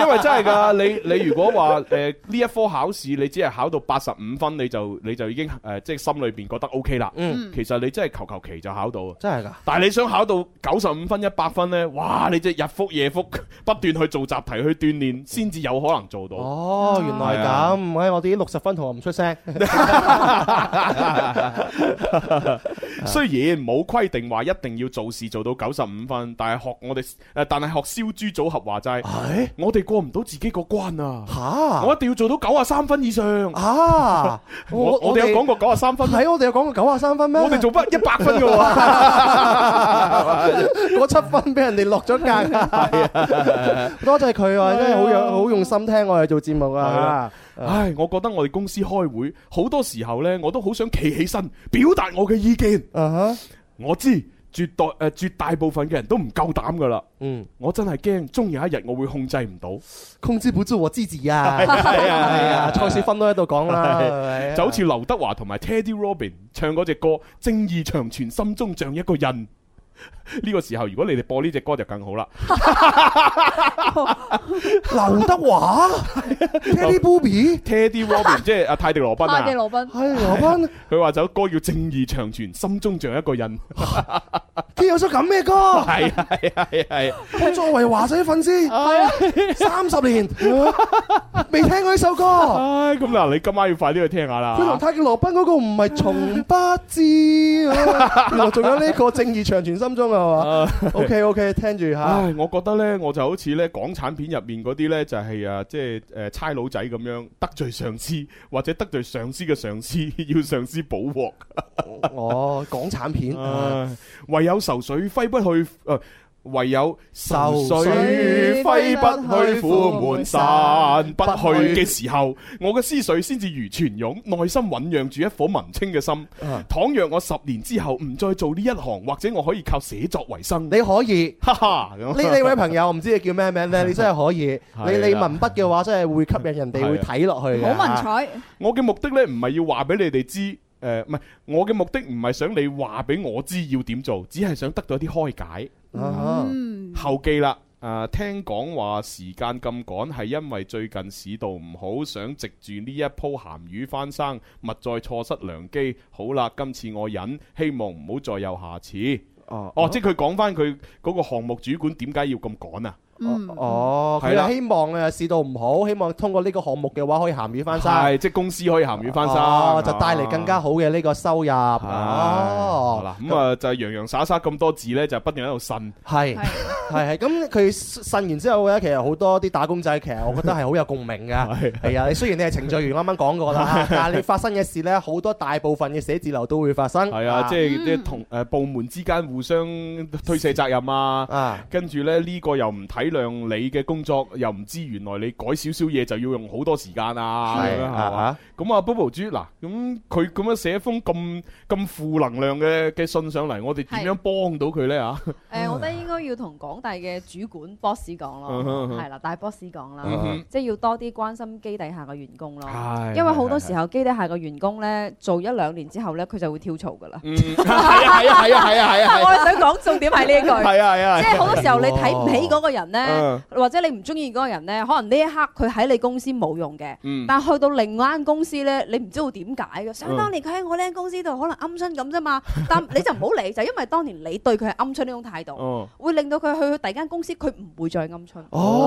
因為真係㗎，你你如果話誒呢一科考試你只係考到八十五分，你就你就已經誒、呃即係心裏邊覺得 O K 啦。嗯其實你真係求求其就考到啊。真係㗎？但係你想考到九十五分、一百分呢？哇！你即係日復夜復不斷去做集題去鍛鍊，先至有可能做到。哦，原來係啊咁，唉，我啲六十分同學唔出聲。雖然冇規定話一定要做事做到九十五分，但係學我哋誒，但係學燒豬組合話齋，我哋過唔到自己個關啊！哦嚇！我一定要做到九啊三分以上啊！我我哋有講過九啊三分，係我哋有講過九啊三分咩？我哋做不一百分嘅 *laughs* *laughs* 喎，嗰七分俾人哋落咗格， *laughs* 多謝佢啊！真係好用好用心聽我哋做節目係啊啦！唉，我覺得我哋公司開會好多時候呢，我都好想企起身表達我嘅意見。Uh-huh 我知絕大誒、呃絕大部分嘅人都唔夠膽噶啦。嗯，我真係驚，終有一日我會控制唔到。控制不住我自己啊！ *laughs* 係啊係啊係啊！蔡少芬都喺度講啦，係啊咪係啊就好似劉德華同埋 Teddy Robin 唱嗰只歌《正義長存心中像一個印》。呢個時候，如果你哋播呢只歌就更好啦。劉德華啊 Teddy Booby，Teddy *laughs* Robin 即係阿泰迪羅賓啊。快啲羅賓，係羅賓，佢話首歌叫《正義長存心中像一個印》。佢有首咁嘅歌，係啊係啊係啊！我作為華仔粉絲，三十年嗯未聽過呢首歌。 *laughs* 唉，咁嗱，你今晚要快啲去聽下啦。佢同泰迪羅賓嗰個唔係從不知 *laughs* 啊，原來仲有呢個正義長存心中啊，係嘛？OK OK，聽住嚇唉，，我覺得呢，我就好似呢港產片入面嗰啲呢，就係啊，即係誒差佬仔咁樣得罪上司， *laughs* 或者得罪上司嘅上司， *laughs* 要上司補鑊。哦，港產片唉唯有愁水揮不去，誒唯有愁愁水水揮不去，揮不去苦悶散不去不去嘅時候，我嘅思緒先至如泉湧，內心醖釀住一顆文青嘅心。倘若我十年之後唔再做呢一行，或者我可以靠寫作為生，你可以。哈哈啊 *laughs* 呢呢位朋友，我唔知你叫咩名咧，你真係可以，係啊你啦你文筆嘅話，真係會吸引人哋會睇落去嘅。啊采。我嘅目的呢，唔係要話俾你哋知。誒唔係，我嘅目的唔係想你話俾我知要點做，只係想得到一啲開解。嗯後記啦，誒、聽講話時間咁趕係因為最近市道唔好，想藉住呢一鋪鹹魚翻生，勿再錯失良機。好啦，今次我忍，希望唔好再有下次。哦，哦，即係佢講翻佢嗰個項目主管點解要咁趕啊？哦，佢係啦係希望誒市道唔好，希望通過呢個項目嘅話可以鹹魚翻身。係即係公司可以鹹魚翻生，哦，就帶嚟更加好嘅呢個收入。哦，嗱咁啊，就係洋洋灑灑咁多字呢，就不斷喺度呻。係係係，咁佢呻完之後咧，其實好多啲打工仔，其實我覺得係好有共鳴㗎。係啊，你雖然你係程序員，啱啱講過啦，但係你發生嘅事咧，好多大部分嘅寫字樓都會發生。係啊，即係嗯即係同誒部門之間互相推卸責任啊，跟住咧呢個又唔體諒你嘅工作，又唔知原來你改少少嘢就要用好多時間啊，係咁樣係嘛啊？咁啊，Bobo 豬嗱，咁佢咁樣寫一封咁咁負能量嘅嘅信上嚟，我哋點樣幫到佢咧啊？誒，我覺得應該要同廣大嘅主管 boss 講嗯哼咯，哼係啦，大 boss 講嗯啦哼，即係要多啲關心基底下嘅員工咯係。因為好係多係時候基底下嘅員工咧，做一兩年之後咧，佢就會跳槽噶啦。係啊係啊係啊係 *laughs* 啊係啊！我哋想講重點係呢一句。係啊係啊係啊 *laughs* 即係好多時候你睇唔起嗰個人嗯咧，或者你唔中意嗰個人咧，可能呢一刻佢喺你公司冇用嘅嗯，但去到另外一間公司咧，你唔知道點解嗯嘅。想當年佢喺我呢間公司度可能鵪鶉咁啫嘛， *laughs* 但你就唔好理，就因為當年你對佢係鵪鶉呢種態哦度，會令到佢去第二間公司佢唔會再鵪鶉。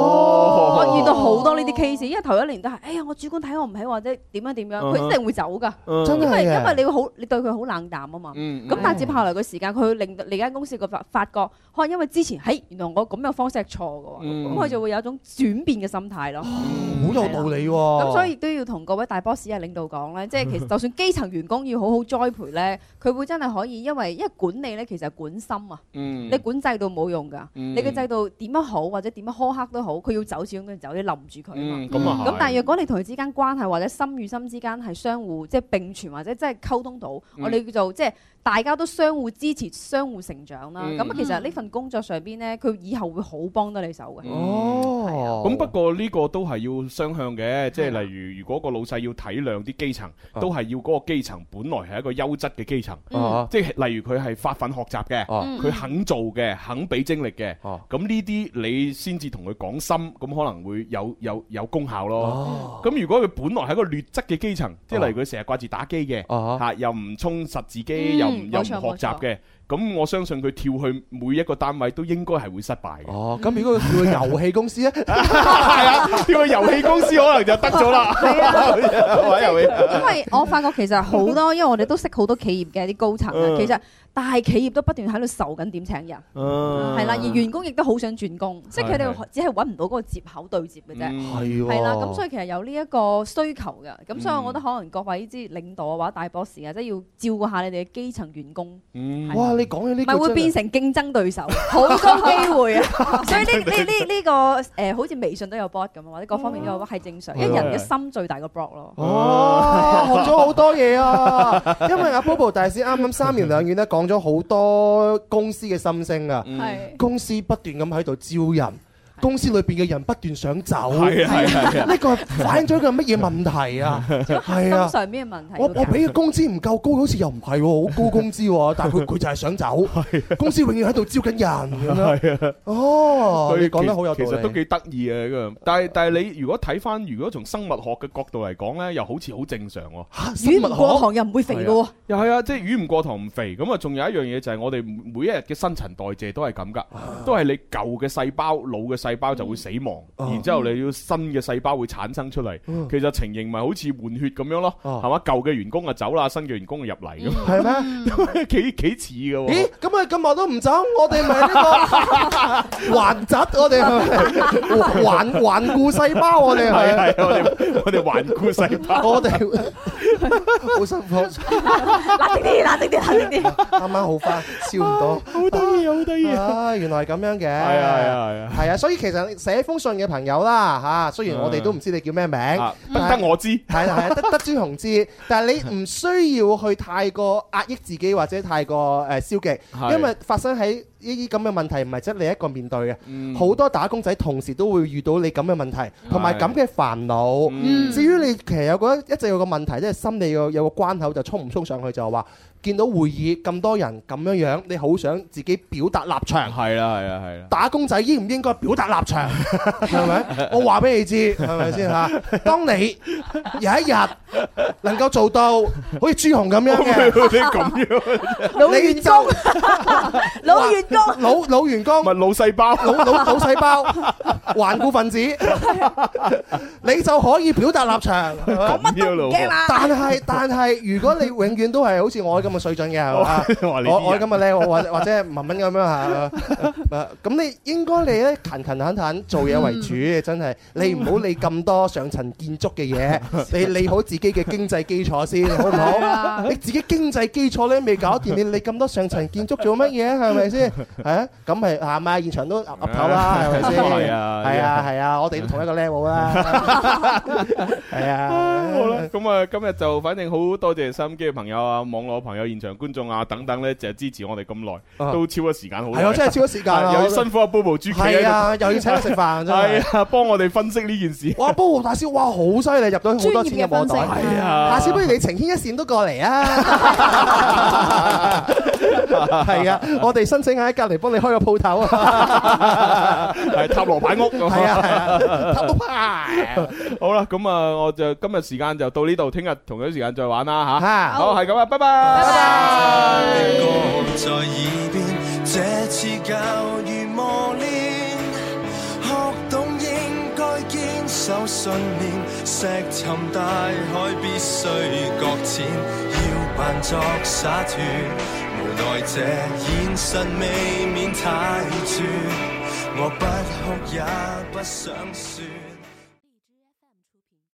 哦我遇到好多呢啲 case，因為頭一年都係，哎呀我主管睇我唔起或者點樣點樣，佢一定會走噶，嗯真係因為嘅因為你會好你對佢好冷淡啊嘛。嗯咁但係接下來嘅時間，佢會令到你間公司個發發覺，可能因為之前，嘿，原來我咁樣方式係錯嘅喎，嗯咁佢就會有一種轉變嘅心態咯。好有道理喎。哦咁所以都要同各位大 boss 啊領導 *laughs* 講咧，即係其實就算基層員工要好好栽培咧，佢會真係可以，因為因為管理咧其實係管心啊，嗯你管制度冇用㗎，嗯你嘅制度點樣好或者點樣苛刻都好，佢要走始終都要走，你冧唔住佢啊嘛嗯。咁啊係咁但係若果你同佢之間關係或者心與心之間係相互即係並存或者即係溝通到，嗯我哋叫做即係大家都相互支持、相互成長啦。嗯咁啊其實呢份工作上邊咧，佢以後會好幫得你手嘅。嗯哦，咁不過呢個都係要雙向啊嘅，即係例如如果個老細要體諒啲基層，都係要嗰個基層本來係一個優質嘅基層嗯，即係例如佢係發奮學習嘅，嗯佢肯做嘅，肯俾精力嘅，咁呢啲你先至同佢講心，咁可能會有有有功效咯。咁如哦哦果佢本來係一個劣質嘅基層，即係例如佢成日掛住打機嘅，嚇又唔充實自己，又又唔嗯又冇錯唔學習冇錯嘅，咁我相信佢跳去每一個單位都應該係會失敗嘅。哦，咁如果佢叫佢遊戲公司咧， *laughs* 係啊，跳去遊戲公司可能就得 *laughs* 咗啦。係啊玩遊戲因為我發覺其實好多，因為我哋都識好多企業嘅啲高層啊嗯，其實大企業都不斷喺度受緊點請人，係啦，而員工亦都好想轉工，即係佢係哋只係揾唔到嗰個接口對接嘅啫，嗯係喎係啦，咁所以其實有呢一個需求嘅，咁所以我覺得可能各位即係領導啊或者大 boss 啊，即係要照顧下你哋嘅基層員工。嗯哇！你講起呢咪個會真係變成競爭對手，好多機會啊！所以呢呢呢呢個誒，好似微信都有 bot 咁啊，或者各方面都有 bot 係正常，因為人嘅心最大個 block 咯。哦，學咗好多嘢 *laughs* 啊！因為阿 Bobo 大師啱啱三言兩語咧講咗好多公司嘅心聲啊嗯係，公司不斷咁喺度招人。公司裏邊嘅人不斷想走，係啊係啊係啊呢個反映咗一個乜嘢問題啊？係啊心，上面嘅問題我會搞。我俾嘅工資唔夠高，好似又唔係喎，好高工資 *laughs* 喎，但係佢佢就係想走，公司永遠喺度招緊人咁樣。係啊。哦，你講得好有道其實都理。幾得意嘅咁。但係但係你如果睇翻，如果從生物學嘅角度嚟講呢，又好似好正常喎。魚唔過塘又唔會肥係嘅喎啊。又係啊，即係魚唔過塘唔肥。咁啊，仲有一樣嘢就係我哋每一日嘅新陳代謝都係咁噶，都係你舊嘅細胞、老嘅細胞就會死亡，嗯然之後你要新嘅細胞會產生出嚟。嗯其實情形咪好似換血咁樣咯，係嘛？舊嘅員工啊走啦，新嘅員工啊入嚟咁。係咩？ *laughs* 幾幾似嘅喎。咦，咁啊咁耐都唔走，我哋咪呢 *laughs* 個環疾，我哋係咪環環顧細胞，我哋係係係啊我哋我哋環顧細胞，我哋 *laughs* 好辛苦。啊冷靜啲，冷靜啲，*laughs* 冷靜啲。啱啱好翻，笑唔 *laughs* 到。好得意，好 *laughs* 得意啊！原來係咁樣嘅。係哎係啊係啊係啊係啊，所以其實寫封信嘅朋友啦，嚇，雖然我哋都唔知你叫咩名，啊得但係得我知。係啦，係啦，得得朱 *laughs* 紅知，但係你唔需要去太過壓抑自己或者太過誒消極，係因為發生喺呢啲咁嘅問題唔係即係你一個面對嗯嘅，好多打工仔同時都會遇到你咁嘅問題，同埋咁嘅煩惱。嗯至於你其實有個一直有個問題，即係心理有有個關口就衝唔衝上去，就係話見到會議咁多人咁樣樣，你好想自己表達立場。係啦係啦係啦。 *laughs* 打工仔應唔應該表達立場？ *laughs* 係咪？我話俾你知，係咪先 *laughs* 嚇？當你有一日能夠做到好似朱紅咁樣嘅，你咁樣， *laughs* 老員工， *laughs* 老員工， *laughs* 老老員工，唔係老細胞，老老老細 *laughs* 胞，頑固分子，你就可以表達立場。係咪啊咁樣咯喎但係但係，如果你永遠都係好似我咁嘅水準嘅，係 *laughs* 嘛？哦哇你啲啊我我人咁嘅咧，我或或者係文文咁樣嚇，誒咁你應該你咧勤勤懇懇做嘢為主，真係你唔好理咁多上層建築嘅 *laughs* 嘢，你理好自己嘅經濟基 *laughs* 礎先，好唔係啊好？你自己經濟基礎咧未搞掂，你理咁多上層建築做乜嘢？係 *laughs* 咪先？係啊，咁咪係咪現場都岌岌頭啦？係咪先？係啊係啊，係啊，我哋都同一個 level *laughs* 啦，係啊。好啦，咁啊，今日就反正好多謝收音機嘅朋友啊、網絡朋友、現場觀眾啊等等咧，就支持我哋咁耐，啊都超咗時間好耐。係啊真係超咗時間啊又要辛苦阿 Bobo 豬企喺係度啊又要請佢食飯真係係啊，幫我哋分析呢件事。哇！煲豪大師，哇，好犀利，入到好多錢入我袋。專業嘅分析係啊大師，不如你情牽一線都過嚟啊！係啊，我哋申請喺隔離幫你開個鋪頭啊！係塔羅牌屋咁係啊係啊塔羅牌。好啦，咁啊，我就今日時間就到呢度，聽日同樣時間再玩啦吓。嚇好，係咁啊，拜拜。歌在耳邊，這次教如磨練，學懂應該堅守信念，石沉大海必須擱淺，要扮作灑脱，無奈這現實未免太絕，我不哭也不想説。